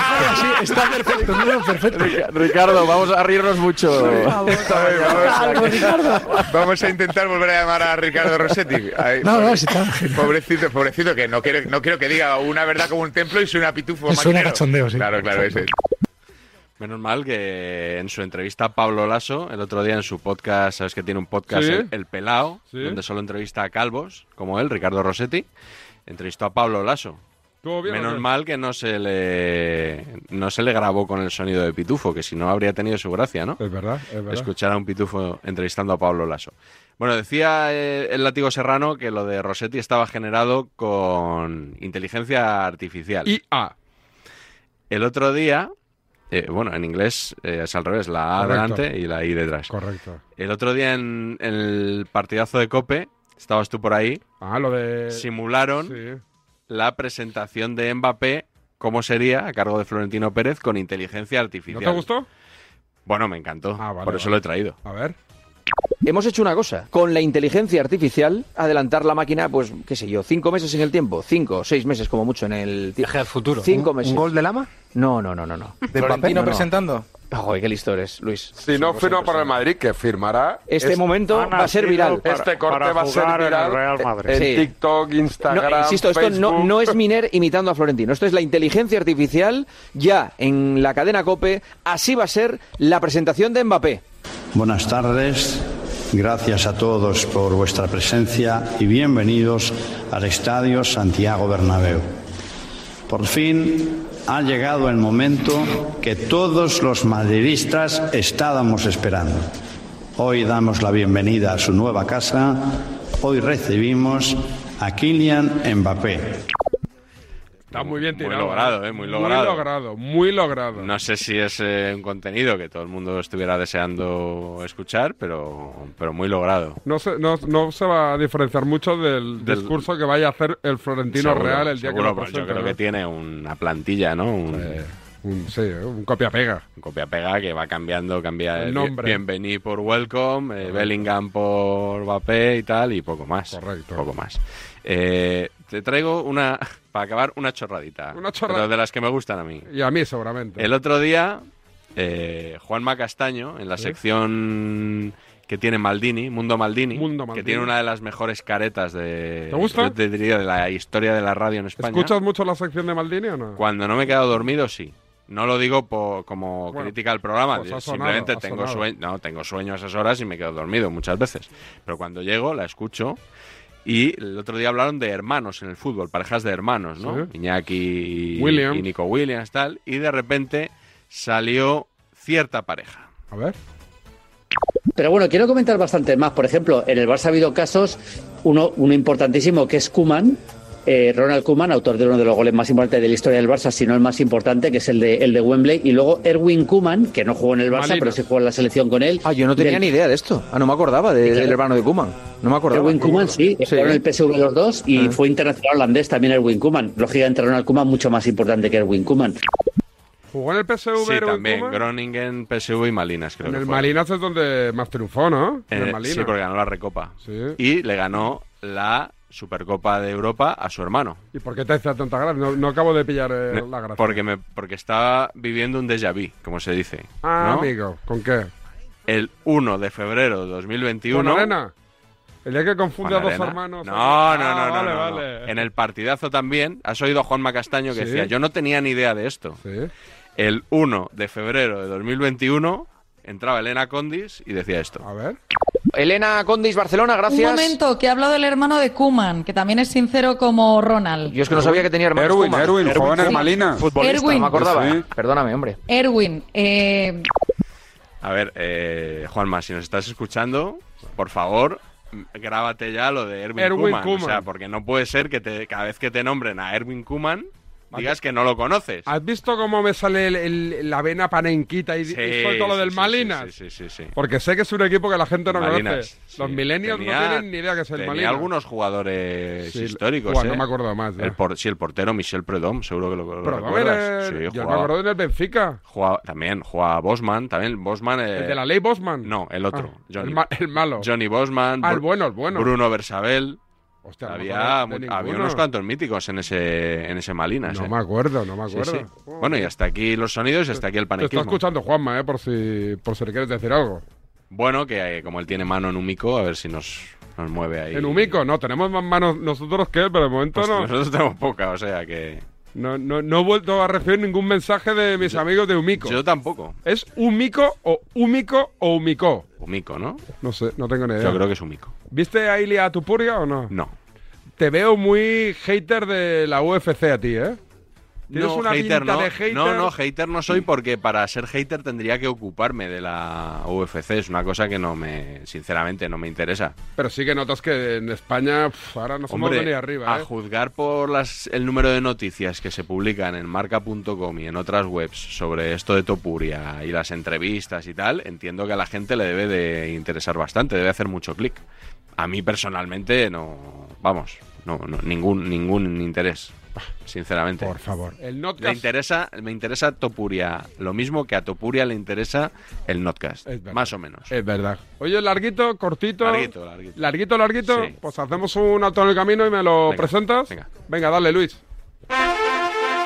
Speaker 15: Ah, Sí, está perfecto, mira, perfecto.
Speaker 4: Ricardo, vamos a reírnos mucho. Vamos a intentar volver a llamar a Ricardo Rossetti. Ay,
Speaker 15: No, no, si está.
Speaker 4: Pobrecito, pobrecito, que no quiero, no quiero que diga una verdad como un templo y soy una pitufo.
Speaker 15: Me suena
Speaker 4: maquinero.
Speaker 15: cachondeo, sí.
Speaker 4: Claro, claro, ese.
Speaker 6: Menos mal que en su entrevista a Pablo Lasso, el otro día en su podcast, sabes que tiene un podcast,
Speaker 1: Sí.
Speaker 6: El, El Pelao,
Speaker 1: Sí.
Speaker 6: donde solo entrevista a calvos, como él, Ricardo Rossetti, entrevistó a Pablo Lasso.
Speaker 1: ¿Estuvo bien o
Speaker 6: Menos
Speaker 1: qué?
Speaker 6: mal que no se le no se le grabó con el sonido de Pitufo, que si no habría tenido su gracia, ¿no?
Speaker 1: Es verdad, es verdad.
Speaker 6: Escuchar a un Pitufo entrevistando a Pablo Lasso. Bueno, decía eh, el látigo serrano que lo de Rossetti estaba generado con inteligencia artificial.
Speaker 1: IA.
Speaker 6: El otro día, eh, bueno, en inglés eh, es al revés, la A
Speaker 1: Correcto.
Speaker 6: delante y la I detrás.
Speaker 1: Correcto.
Speaker 6: El otro día en, en el partidazo de Cope, estabas tú por ahí,
Speaker 1: Ah, lo de...
Speaker 6: simularon la presentación de Mbappé, cómo sería, a cargo de Florentino Pérez, con inteligencia
Speaker 1: ¿No
Speaker 6: artificial.
Speaker 1: te gustó? Ah,
Speaker 6: Bueno, me encantó.
Speaker 1: vale,
Speaker 6: por eso
Speaker 1: vale.
Speaker 6: lo he traído.
Speaker 1: A ver.
Speaker 4: Hemos hecho una cosa, con la inteligencia artificial, adelantar la máquina, pues, qué sé yo, cinco meses en el tiempo, cinco, seis meses como mucho en el tiempo. al futuro. Cinco
Speaker 16: ¿Un-
Speaker 4: meses.
Speaker 16: un gol
Speaker 4: de lama? No, no, no, no. no.
Speaker 16: ¿De Florentino presentando?
Speaker 4: Joder, qué listo eres, Luis.
Speaker 17: Si no firma para el Madrid, que firmará.
Speaker 4: Este momento
Speaker 17: ha
Speaker 4: va a ser
Speaker 17: nacido
Speaker 4: viral.
Speaker 17: para- este corte
Speaker 4: para
Speaker 17: va a ser
Speaker 4: jugar en
Speaker 17: viral
Speaker 4: el Real Madrid.
Speaker 17: En
Speaker 4: Sí.
Speaker 17: TikTok, Instagram.
Speaker 4: No, insisto, esto no,
Speaker 17: Facebook.
Speaker 4: no es Miner imitando a Florentino. Esto es la inteligencia artificial ya en la cadena COPE. Así va a ser la presentación de Mbappé.
Speaker 3: Buenas tardes, gracias a todos por vuestra presencia y bienvenidos al Estadio Santiago Bernabéu. Por fin ha llegado el momento que todos los madridistas estábamos esperando. Hoy damos la bienvenida a su nueva casa, hoy recibimos a Kylian Mbappé.
Speaker 1: Está muy bien tirado.
Speaker 6: Muy logrado, eh, muy logrado.
Speaker 1: Muy logrado, muy logrado.
Speaker 6: No sé si es eh, un contenido que todo el mundo estuviera deseando escuchar, pero, pero muy logrado.
Speaker 1: No se, no, no se va a diferenciar mucho del,
Speaker 6: Del-
Speaker 1: discurso que vaya a hacer el Florentino
Speaker 6: Seguro,
Speaker 1: Real el día
Speaker 6: seguro,
Speaker 1: que
Speaker 6: pero
Speaker 1: lo
Speaker 6: Yo
Speaker 1: presente.
Speaker 6: creo
Speaker 1: ¿no? Eh,
Speaker 6: que tiene una plantilla, ¿no? Un,
Speaker 1: un, sí, un copia-pega.
Speaker 6: Un copia-pega que va cambiando, cambia
Speaker 1: El
Speaker 6: el
Speaker 1: nombre.
Speaker 6: Bienvenido por Welcome, eh, Bellingham por Mbappé y tal, y poco más. Correcto. Poco más. Eh, te traigo una, para acabar, una chorradita.
Speaker 1: Una chorra-
Speaker 6: pero de las que me gustan a mí.
Speaker 1: Y a mí seguramente.
Speaker 6: El otro día, eh, Juanma Castaño, en la
Speaker 1: Sí.
Speaker 6: sección que tiene Maldini, Mundo Maldini, que
Speaker 1: Maldini.
Speaker 6: tiene una de las mejores caretas de,
Speaker 1: ¿Te gusta?
Speaker 6: yo te diría, de la historia de la radio en España.
Speaker 1: ¿Escuchas mucho la sección de Maldini o no?
Speaker 6: Cuando no me he quedado dormido, sí. No lo digo po- como
Speaker 1: Bueno,
Speaker 6: crítica al programa,
Speaker 1: pues ha sonado,
Speaker 6: simplemente
Speaker 1: ha
Speaker 6: tengo,
Speaker 1: sonado.
Speaker 6: sueño, no, tengo sueño a esas horas y me quedo dormido muchas veces. Pero cuando llego, la escucho. Y el otro día hablaron de hermanos en el fútbol, parejas de hermanos, ¿no?
Speaker 1: Sí.
Speaker 6: Iñaki y-
Speaker 1: Williams.
Speaker 6: y Nico Williams, tal. Y de repente salió cierta pareja.
Speaker 1: A ver.
Speaker 14: Pero bueno, quiero comentar bastante más. Por ejemplo, en el Barça ha habido casos, uno, uno importantísimo que es Kuman. Ronald Kuman, autor de uno de los goles más importantes de la historia del Barça, si no el más importante, que es el de, el de Wembley. Y luego Erwin Kuman, que no jugó en el Barça,
Speaker 4: Malino.
Speaker 14: pero sí jugó en la selección con él.
Speaker 4: Ah, yo no tenía
Speaker 14: Del-
Speaker 4: ni idea de esto. Ah, no me acordaba de-
Speaker 14: Sí, claro.
Speaker 4: del hermano de Kuman. No me acordaba.
Speaker 14: Erwin Kuman, sí, jugaron en el PSV los dos y
Speaker 4: Ah.
Speaker 14: fue internacional holandés también Erwin Kuman. Lógicamente Ronald Kuman mucho más importante que Erwin Kuman.
Speaker 1: ¿Jugó en el PSV?
Speaker 6: Sí,
Speaker 1: Erwin
Speaker 6: también.
Speaker 1: Koeman?
Speaker 6: Groningen, PSV y Malinas, creo
Speaker 1: En
Speaker 6: que
Speaker 1: el
Speaker 6: fue.
Speaker 1: Malinas es donde más triunfó, ¿no? En
Speaker 6: Eh,
Speaker 1: el Malinas.
Speaker 6: sí, porque ganó la Recopa.
Speaker 1: Sí.
Speaker 6: Y le ganó la Supercopa de Europa a su hermano.
Speaker 1: ¿Y por qué te hace tanta gracia? No, no acabo de pillar eh,
Speaker 6: Ne-
Speaker 1: la gracia.
Speaker 6: Porque, me, porque estaba viviendo un déjà vu, como se dice.
Speaker 1: Ah,
Speaker 6: ¿no?
Speaker 1: amigo, ¿con qué?
Speaker 6: El 1 de febrero de 2021.
Speaker 1: ¿Con Arena? El día que confunde
Speaker 6: Juan
Speaker 1: a dos
Speaker 6: Arena.
Speaker 1: hermanos.
Speaker 6: No,
Speaker 1: Ah,
Speaker 6: no, no, no,
Speaker 1: vale,
Speaker 6: no, no.
Speaker 1: vale.
Speaker 6: En el partidazo también. Has oído a Juanma Castaño que
Speaker 1: Sí.
Speaker 6: decía: Yo no tenía ni idea de esto. El 1 de febrero de 2021 entraba Elena Condis y decía esto.
Speaker 1: A ver.
Speaker 4: Elena Condis, Barcelona, gracias.
Speaker 18: Un momento, que ha hablado el hermano de Kuman, que también es sincero como Ronald.
Speaker 4: Yo es que no sabía que tenía hermanos.
Speaker 16: Erwin,
Speaker 4: Koeman.
Speaker 16: Erwin, jugaba en el
Speaker 4: sí.
Speaker 16: Malina.
Speaker 4: Futbolista,
Speaker 18: Erwin.
Speaker 4: no me acordaba.
Speaker 6: Sí.
Speaker 4: Perdóname, hombre.
Speaker 18: Erwin, eh,
Speaker 6: A ver, eh, Juanma, si nos estás escuchando, por favor, m- grábate ya lo de Erwin,
Speaker 1: Erwin
Speaker 6: Koeman,
Speaker 1: Koeman.
Speaker 6: O sea, porque no puede ser que te- cada vez que te nombren a Erwin Kuman digas que no lo conoces.
Speaker 1: ¿Has visto cómo me sale el- el- la vena panenquita y, y suelto lo
Speaker 6: sí,
Speaker 1: del
Speaker 6: sí,
Speaker 1: Malinas?
Speaker 6: Sí, sí, sí. sí.
Speaker 1: Porque sé que es un equipo que la gente no
Speaker 6: Malinas,
Speaker 1: conoce. Los millennials no
Speaker 6: Tenía-
Speaker 1: tienen ni idea que es el
Speaker 6: tenía
Speaker 1: Malinas.
Speaker 6: algunos jugadores
Speaker 1: Sí,
Speaker 6: históricos.
Speaker 1: Juan,
Speaker 6: ¿eh?
Speaker 1: no me acuerdo más, ya.
Speaker 6: El por- sí, el portero Michel Predom, seguro que lo, lo
Speaker 1: Pero, a ver,
Speaker 6: recuerdas.
Speaker 1: eh,
Speaker 6: Sí,
Speaker 1: yo me
Speaker 6: jugaba-
Speaker 1: acuerdo en el Benfica.
Speaker 6: jugaba- también jugaba Bosman, también Bosman. eh,
Speaker 1: El de la ley Bosman.
Speaker 6: No, el otro.
Speaker 1: Ah,
Speaker 6: Johnny,
Speaker 1: el ma- el malo.
Speaker 6: Johnny Bosman.
Speaker 1: Ah, el
Speaker 6: Bru-
Speaker 1: bueno, el bueno.
Speaker 6: Bruno Bersabel.
Speaker 1: Hostia, no me
Speaker 6: había,
Speaker 1: acuerdo
Speaker 6: mu-
Speaker 1: de
Speaker 6: había
Speaker 1: ninguno.
Speaker 6: unos cuantos míticos en ese, en ese Malinas.
Speaker 1: No
Speaker 6: eh.
Speaker 1: me acuerdo, no me
Speaker 6: Sí,
Speaker 1: acuerdo.
Speaker 6: sí. Bueno, y hasta aquí los sonidos y hasta aquí el
Speaker 1: Te está
Speaker 6: paniquismo.
Speaker 1: escuchando Juanma, eh, por si, por si le quieres decir algo.
Speaker 6: Bueno, que eh, como él tiene mano en un mico, a ver si nos, nos mueve ahí.
Speaker 1: En Umico, no, tenemos más manos nosotros que él, pero de momento
Speaker 6: Pues
Speaker 1: no.
Speaker 6: Nosotros tenemos poca, o sea que...
Speaker 1: No, no, no he vuelto a recibir ningún mensaje de mis amigos de Umico.
Speaker 6: Yo tampoco.
Speaker 1: ¿Es Umico o Umico o Umico?
Speaker 6: Umico, ¿no?
Speaker 1: No sé, no tengo ni idea.
Speaker 6: Yo creo que es un mico.
Speaker 1: ¿Viste a Ilia Tupuria o no?
Speaker 6: No.
Speaker 1: Te veo muy hater de la UFC a ti, ¿eh? Tienes
Speaker 6: No,
Speaker 1: una
Speaker 6: hater,
Speaker 1: pinta
Speaker 6: no.
Speaker 1: de hater.
Speaker 6: No, no, hater no soy porque para ser hater tendría que ocuparme de la UFC. Es una cosa que no me, sinceramente, no me interesa.
Speaker 1: Pero sí que notas que en España pf, ahora nos hemos
Speaker 6: Hombre,
Speaker 1: venido arriba,
Speaker 6: a
Speaker 1: ¿eh?
Speaker 6: juzgar por las, el número de noticias que se publican en marca.com y en otras webs sobre esto de Topuria y las entrevistas y tal, entiendo que a la gente le debe de interesar bastante, debe hacer mucho clic. A mí personalmente no, vamos, no, no, ningún, ningún interés. sinceramente. Por
Speaker 1: favor. El Notcast.
Speaker 6: Le interesa, me interesa Topuria, lo mismo que a Topuria le interesa el Notcast,
Speaker 1: Es verdad.
Speaker 6: más o menos.
Speaker 1: Es verdad. Oye, larguito, cortito.
Speaker 6: Larguito, larguito.
Speaker 1: Larguito, larguito.
Speaker 6: Sí.
Speaker 1: Pues hacemos un auto en el camino y me lo
Speaker 6: Venga,
Speaker 1: presentas. Venga. dale, Luis.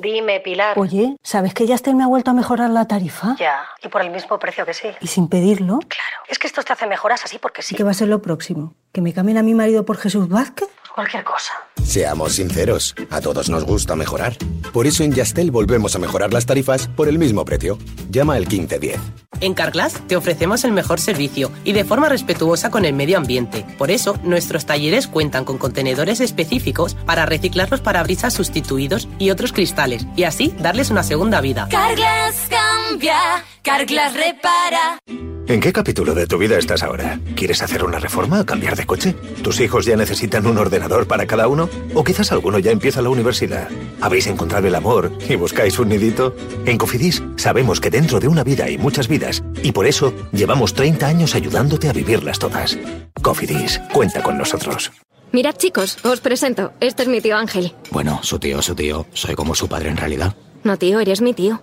Speaker 19: Dime, Pilar.
Speaker 20: Oye, ¿sabes que Yastel me ha vuelto a mejorar la tarifa?
Speaker 19: Ya, y por el mismo precio que sí.
Speaker 20: ¿Y sin pedirlo?
Speaker 19: Claro, es que estos te hacen mejoras así porque sí.
Speaker 20: ¿Qué va a ser lo próximo? ¿Que me cambien a mi marido por Jesús Vázquez?
Speaker 19: Cualquier cosa.
Speaker 3: Seamos sinceros, a todos nos gusta mejorar. Por eso en Yastel volvemos a mejorar las tarifas por el mismo precio. Llama al 1510.
Speaker 21: En Carglass te ofrecemos el mejor servicio y de forma respetuosa con el medio ambiente. Por eso, nuestros talleres cuentan con contenedores específicos para reciclar los parabrisas sustituidos y otros cristales y así darles una segunda vida.
Speaker 22: Carglass cambia, Carglass repara.
Speaker 3: ¿En qué capítulo de tu vida estás ahora? ¿Quieres hacer una reforma o cambiar de coche? ¿Tus hijos ya necesitan un ordenador para cada uno? ¿O quizás alguno ya empieza la universidad? ¿Habéis encontrado el amor y buscáis un nidito? En Cofidis sabemos que dentro de una vida hay muchas vidas y por eso llevamos 30 años ayudándote a vivirlas todas. Cofidis, cuenta con nosotros.
Speaker 23: Mirad chicos, os presento. Este es mi tío Ángel.
Speaker 4: Bueno, su tío, su tío. Soy como su padre en realidad.
Speaker 23: No tío, eres mi tío.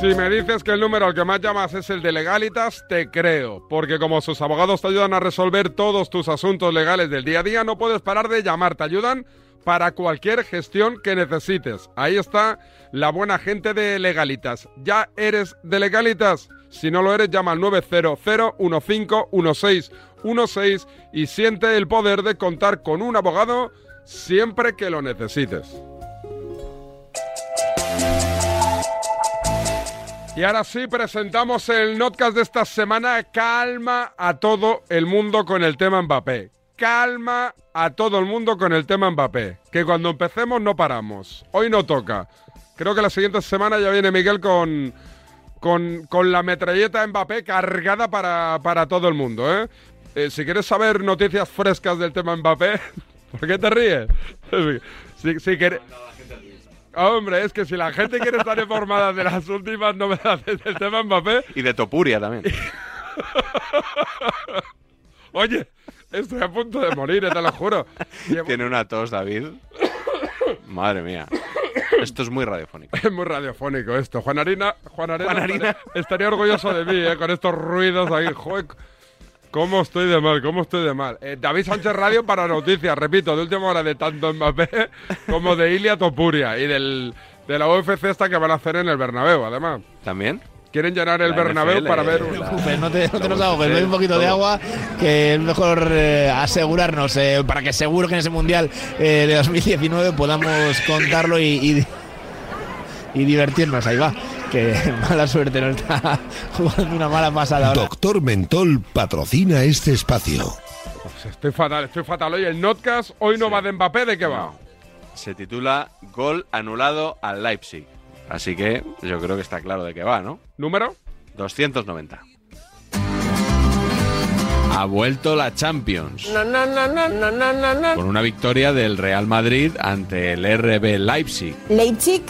Speaker 1: Si me dices que el número al que más llamas es el de Legalitas, te creo, porque como sus abogados te ayudan a resolver todos tus asuntos legales del día a día, no puedes parar de llamar, te ayudan para cualquier gestión que necesites. Ahí está la buena gente de Legalitas. ¿Ya eres de Legalitas? Si no lo eres, llama al 900-151616 y siente el poder de contar con un abogado siempre que lo necesites. Y ahora sí, presentamos el notcast de esta semana. Calma a todo el mundo con el tema Mbappé. Calma a todo el mundo con el tema Mbappé. Que cuando empecemos no paramos. Hoy no toca. Creo que la siguiente semana ya viene Miguel con, con, con la metralleta Mbappé cargada para, para todo el mundo. ¿eh? Eh, si quieres saber noticias frescas del tema Mbappé, ¿por qué te ríes? Si, si quer- Hombre, es que si la gente quiere estar informada de las últimas novedades del tema Mbappé,
Speaker 6: Y de Topuria también.
Speaker 1: Oye, estoy a punto de morir, eh, te lo juro.
Speaker 6: Tiene una tos, David. Madre mía. Esto es muy radiofónico.
Speaker 1: Es muy radiofónico esto. Juan Arena, Juan Arena,
Speaker 6: Juan Arena.
Speaker 1: estaría- estaría orgulloso de mí, eh, con estos ruidos ahí. Joder, cómo estoy de mal, cómo estoy de mal. Eh, David Sánchez Radio para noticias, repito, de última hora de tanto Mbappé como de Ilia Topuria y del, de la UFC esta que van a hacer en el Bernabéu, además.
Speaker 6: ¿También?
Speaker 1: Quieren llenar el
Speaker 6: La
Speaker 1: Bernabéu
Speaker 6: NFL,
Speaker 1: para ver...
Speaker 6: eh, la-
Speaker 1: una-
Speaker 24: preocupes, no te, no te nos ahogues, bebe un poquito de agua, que es mejor eh, asegurarnos, eh, para que seguro que en ese Mundial eh, de 2019 podamos contarlo y, y- y divertirnos. Ahí va, que mala suerte nos está jugando una mala pasada ahora.
Speaker 25: Doctor Mentol patrocina este espacio.
Speaker 1: Pues Estoy fatal, estoy fatal. Oye, el Notcast hoy no va de Mbappé, ¿de qué va?
Speaker 6: Se titula Gol anulado al Leipzig. Así que yo creo que está claro de qué va, ¿no?
Speaker 1: ¿Número?
Speaker 6: 290. Ha vuelto la Champions.
Speaker 5: No, no, no, no, no, no, no, no.
Speaker 6: Con una victoria del Real Madrid ante el RB Leipzig.
Speaker 5: Leipzig.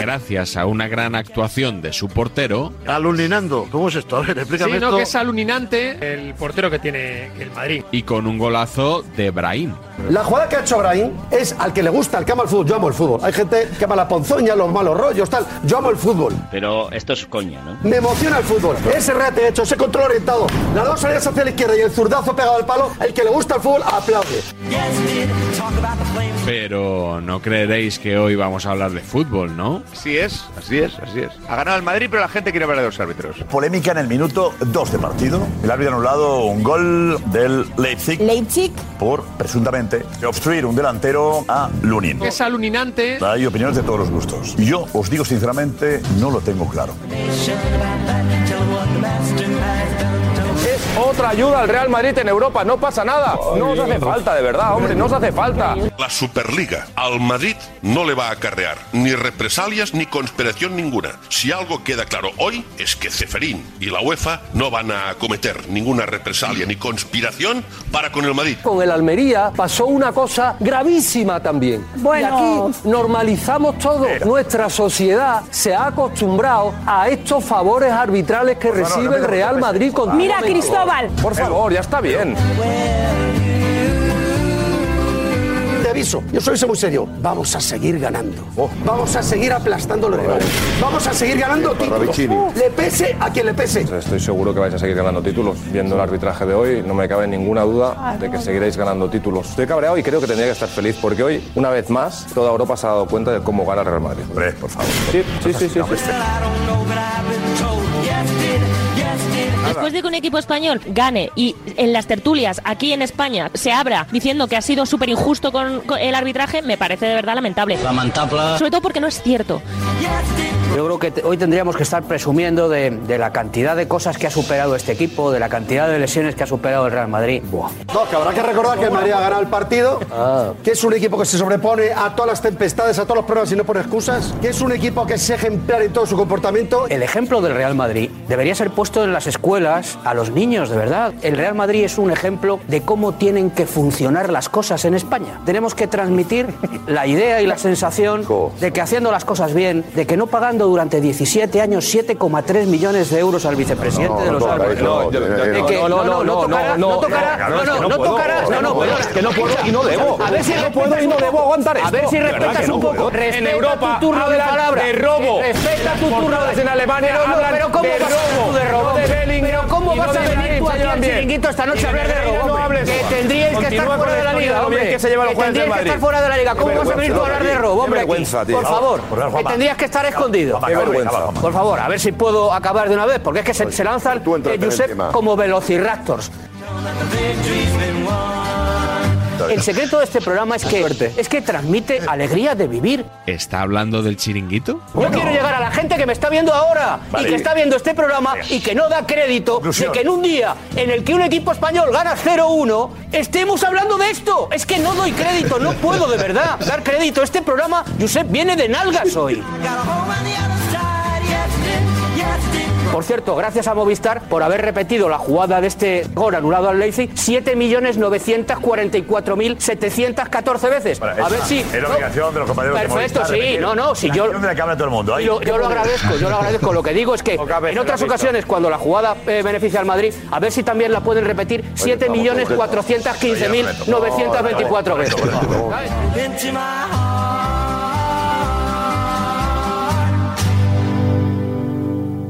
Speaker 6: gracias a una gran actuación de su portero.
Speaker 26: Aluninando. ¿Cómo es esto? A ver, explícame
Speaker 27: Sino
Speaker 26: esto.
Speaker 27: que es aluninante el portero que tiene el Madrid.
Speaker 6: Y con un golazo de Brahim.
Speaker 3: La jugada que ha hecho Brahim es al que le gusta, al que ama el fútbol. Yo amo el fútbol. Hay gente que ama la ponzoña, los malos rollos, tal. Yo amo el fútbol.
Speaker 7: Pero esto es coña, ¿no?
Speaker 3: Me emociona el fútbol. Ese rete hecho, ese control orientado, las dos salidas hacia la izquierda y el zurdazo pegado al palo. El que le gusta el fútbol aplaude.
Speaker 6: Pero no creeréis que hoy vamos a hablar de fútbol, ¿no?
Speaker 26: Así es, así es, así es. Ha ganado el Madrid, pero la gente quiere hablar de los árbitros.
Speaker 28: Polémica en el minuto 2 de partido. El árbitro ha anulado un gol del Leipzig. Leipzig. Por, presuntamente, obstruir un delantero a Lunin.
Speaker 27: Es aluninante.
Speaker 28: Hay opiniones de todos los gustos. Yo os digo sinceramente, no lo tengo claro.
Speaker 29: Es otra ayuda al Real Madrid en Europa, no pasa nada. No os hace falta, de verdad, hombre, no os hace falta. La Superliga al Madrid no le va a acarrear ni represalias ni conspiración ninguna. Si algo queda claro hoy es que Ceferín y la UEFA no van a acometer ninguna represalia ni conspiración para con el Madrid.
Speaker 5: Con el Almería pasó una cosa gravísima también.
Speaker 29: Bueno.
Speaker 5: Y aquí normalizamos todo. Nuestra sociedad se ha acostumbrado a estos favores arbitrales que
Speaker 29: no, no
Speaker 5: recibe el
Speaker 29: me
Speaker 5: Real
Speaker 29: preocupes.
Speaker 5: Madrid con
Speaker 29: Mira, Cristóbal.
Speaker 5: Por favor, ya está bien.
Speaker 3: Te aviso, yo soy muy serio. Vamos a seguir ganando.
Speaker 29: Oh.
Speaker 3: Vamos a seguir aplastando los rivales. Vamos a seguir ganando títulos.
Speaker 4: Ravicini.
Speaker 3: Le pese a quien le pese.
Speaker 4: Estoy seguro que vais a seguir ganando títulos. Viendo el arbitraje de hoy, no me cabe ninguna duda de que seguiréis ganando títulos. Estoy cabreado y creo que tendría que estar feliz porque hoy, una vez más, toda Europa se ha dado cuenta de cómo gana el Real Madrid. por favor. Sí, sí, sí. sí, sí.
Speaker 30: Después de que un equipo español gane y en las tertulias aquí en España se abra diciendo que ha sido súper injusto con, con el arbitraje, me parece de verdad lamentable.
Speaker 14: Lamentable.
Speaker 30: Sobre todo porque no es cierto.
Speaker 14: Yo creo que te- hoy tendríamos que estar presumiendo de, de la cantidad de cosas que ha superado este equipo, de la cantidad de lesiones que ha superado el Real Madrid. Buah.
Speaker 3: No, que habrá que recordar que el Madrid ha ganado el partido,
Speaker 4: Ah.
Speaker 3: que es un equipo que se sobrepone a todas las tempestades, a todos los problemas y no pone excusas, que es un equipo que es ejemplar en todo su comportamiento.
Speaker 14: El ejemplo del Real Madrid debería ser puesto en las escuelas a los niños, de verdad. El Real Madrid es un ejemplo de cómo tienen que funcionar las cosas en España. Tenemos que transmitir la idea y la sensación de que haciendo las cosas bien, de que no pagando durante 17 años 7,3 millones de euros al vicepresidente de los árbitros.
Speaker 4: No, yo- yo-
Speaker 14: De que-
Speaker 4: Eh, no, no, no, no, no, no,
Speaker 14: tocará- no,
Speaker 4: no, no,
Speaker 14: no
Speaker 4: no puedo,
Speaker 14: tocará- no, no,
Speaker 4: no,
Speaker 14: perdona.
Speaker 4: es que no puedo y no debo.
Speaker 14: A ver si
Speaker 4: No
Speaker 14: respetas
Speaker 4: puedo y no
Speaker 14: un
Speaker 4: debo
Speaker 14: poco.
Speaker 4: aguantar
Speaker 14: A ver
Speaker 4: esto.
Speaker 14: si
Speaker 4: De verdad
Speaker 14: respetas
Speaker 4: que no
Speaker 14: un poco.
Speaker 4: puedo.
Speaker 14: Respeta
Speaker 4: En Europa
Speaker 14: tu turno de
Speaker 4: hablan
Speaker 14: palabra.
Speaker 4: de robo.
Speaker 14: Respeta tu
Speaker 4: Las
Speaker 14: turno
Speaker 4: portadas
Speaker 14: de-
Speaker 4: en Alemania
Speaker 14: Pero no,
Speaker 4: hablan
Speaker 14: pero ¿cómo
Speaker 4: de
Speaker 14: vas a hablar
Speaker 4: robo,
Speaker 14: tú de robo?
Speaker 4: no de Bellingham
Speaker 14: Pero ¿cómo
Speaker 4: y
Speaker 14: vas
Speaker 4: no
Speaker 14: a
Speaker 4: de
Speaker 14: venir
Speaker 4: Bellingham
Speaker 14: tú
Speaker 4: se
Speaker 14: aquí
Speaker 4: llevan
Speaker 14: al
Speaker 4: bien.
Speaker 14: chiringuito esta noche
Speaker 4: Y
Speaker 14: a hablar de
Speaker 4: de
Speaker 14: robo?
Speaker 4: Bellingham no
Speaker 14: hombre?
Speaker 4: hables.
Speaker 14: Que tendríais que
Speaker 4: Continúa
Speaker 14: estar
Speaker 4: con
Speaker 14: fuera de la
Speaker 4: esto de
Speaker 14: liga,
Speaker 4: lo bien
Speaker 14: hombre.
Speaker 4: que se llevan los
Speaker 14: Que
Speaker 4: jueces del
Speaker 14: tendríais que estar
Speaker 4: Madrid.
Speaker 14: fuera de la liga.
Speaker 4: Qué
Speaker 14: ¿Cómo vas a venir tú a
Speaker 4: vergüenza,
Speaker 14: hablar de
Speaker 4: tío.
Speaker 14: robo,
Speaker 4: Qué
Speaker 14: hombre? aquí?
Speaker 4: vergüenza, tío.
Speaker 14: Por favor,
Speaker 4: Por favor,
Speaker 14: que
Speaker 4: Juanma.
Speaker 14: tendrías que estar escondido.
Speaker 4: Qué vergüenza.
Speaker 14: Por favor, a ver si puedo acabar de una vez, porque es que se, se lanzan eh,
Speaker 4: en el
Speaker 14: Josep
Speaker 4: tema.
Speaker 14: como velociraptors. El secreto de este programa es que, es que transmite alegría de vivir.
Speaker 6: ¿Está hablando del chiringuito?
Speaker 14: Yo quiero llegar a la gente que me está viendo ahora
Speaker 6: Vale.
Speaker 14: y que está viendo este programa y que no da crédito de
Speaker 6: Conclusión.
Speaker 14: que en un día en el que un equipo español gana 0-1 estemos hablando de esto. Es que no doy crédito, no puedo de verdad dar crédito. Este programa, Josep, viene de nalgas hoy. Por cierto, gracias a Movistar por haber repetido la jugada de este gol anulado al Leipzig 7.944.714 veces. a ver si...
Speaker 28: Es la
Speaker 14: no,
Speaker 28: obligación de los compañeros de
Speaker 14: Perfecto,
Speaker 28: Movistar,
Speaker 14: sí,
Speaker 28: repetir.
Speaker 14: no, no, si
Speaker 28: La
Speaker 14: yo-
Speaker 28: acción de la que habla todo el mundo. ahí.
Speaker 14: yo, yo lo agradezco, yo lo agradezco. Lo que digo es que en
Speaker 28: lo
Speaker 14: otras
Speaker 28: has visto.
Speaker 14: ocasiones, cuando la jugada eh, beneficia al Madrid, a ver si también la pueden repetir
Speaker 28: estamos
Speaker 14: cuatro
Speaker 5: 7.415.924
Speaker 14: veces.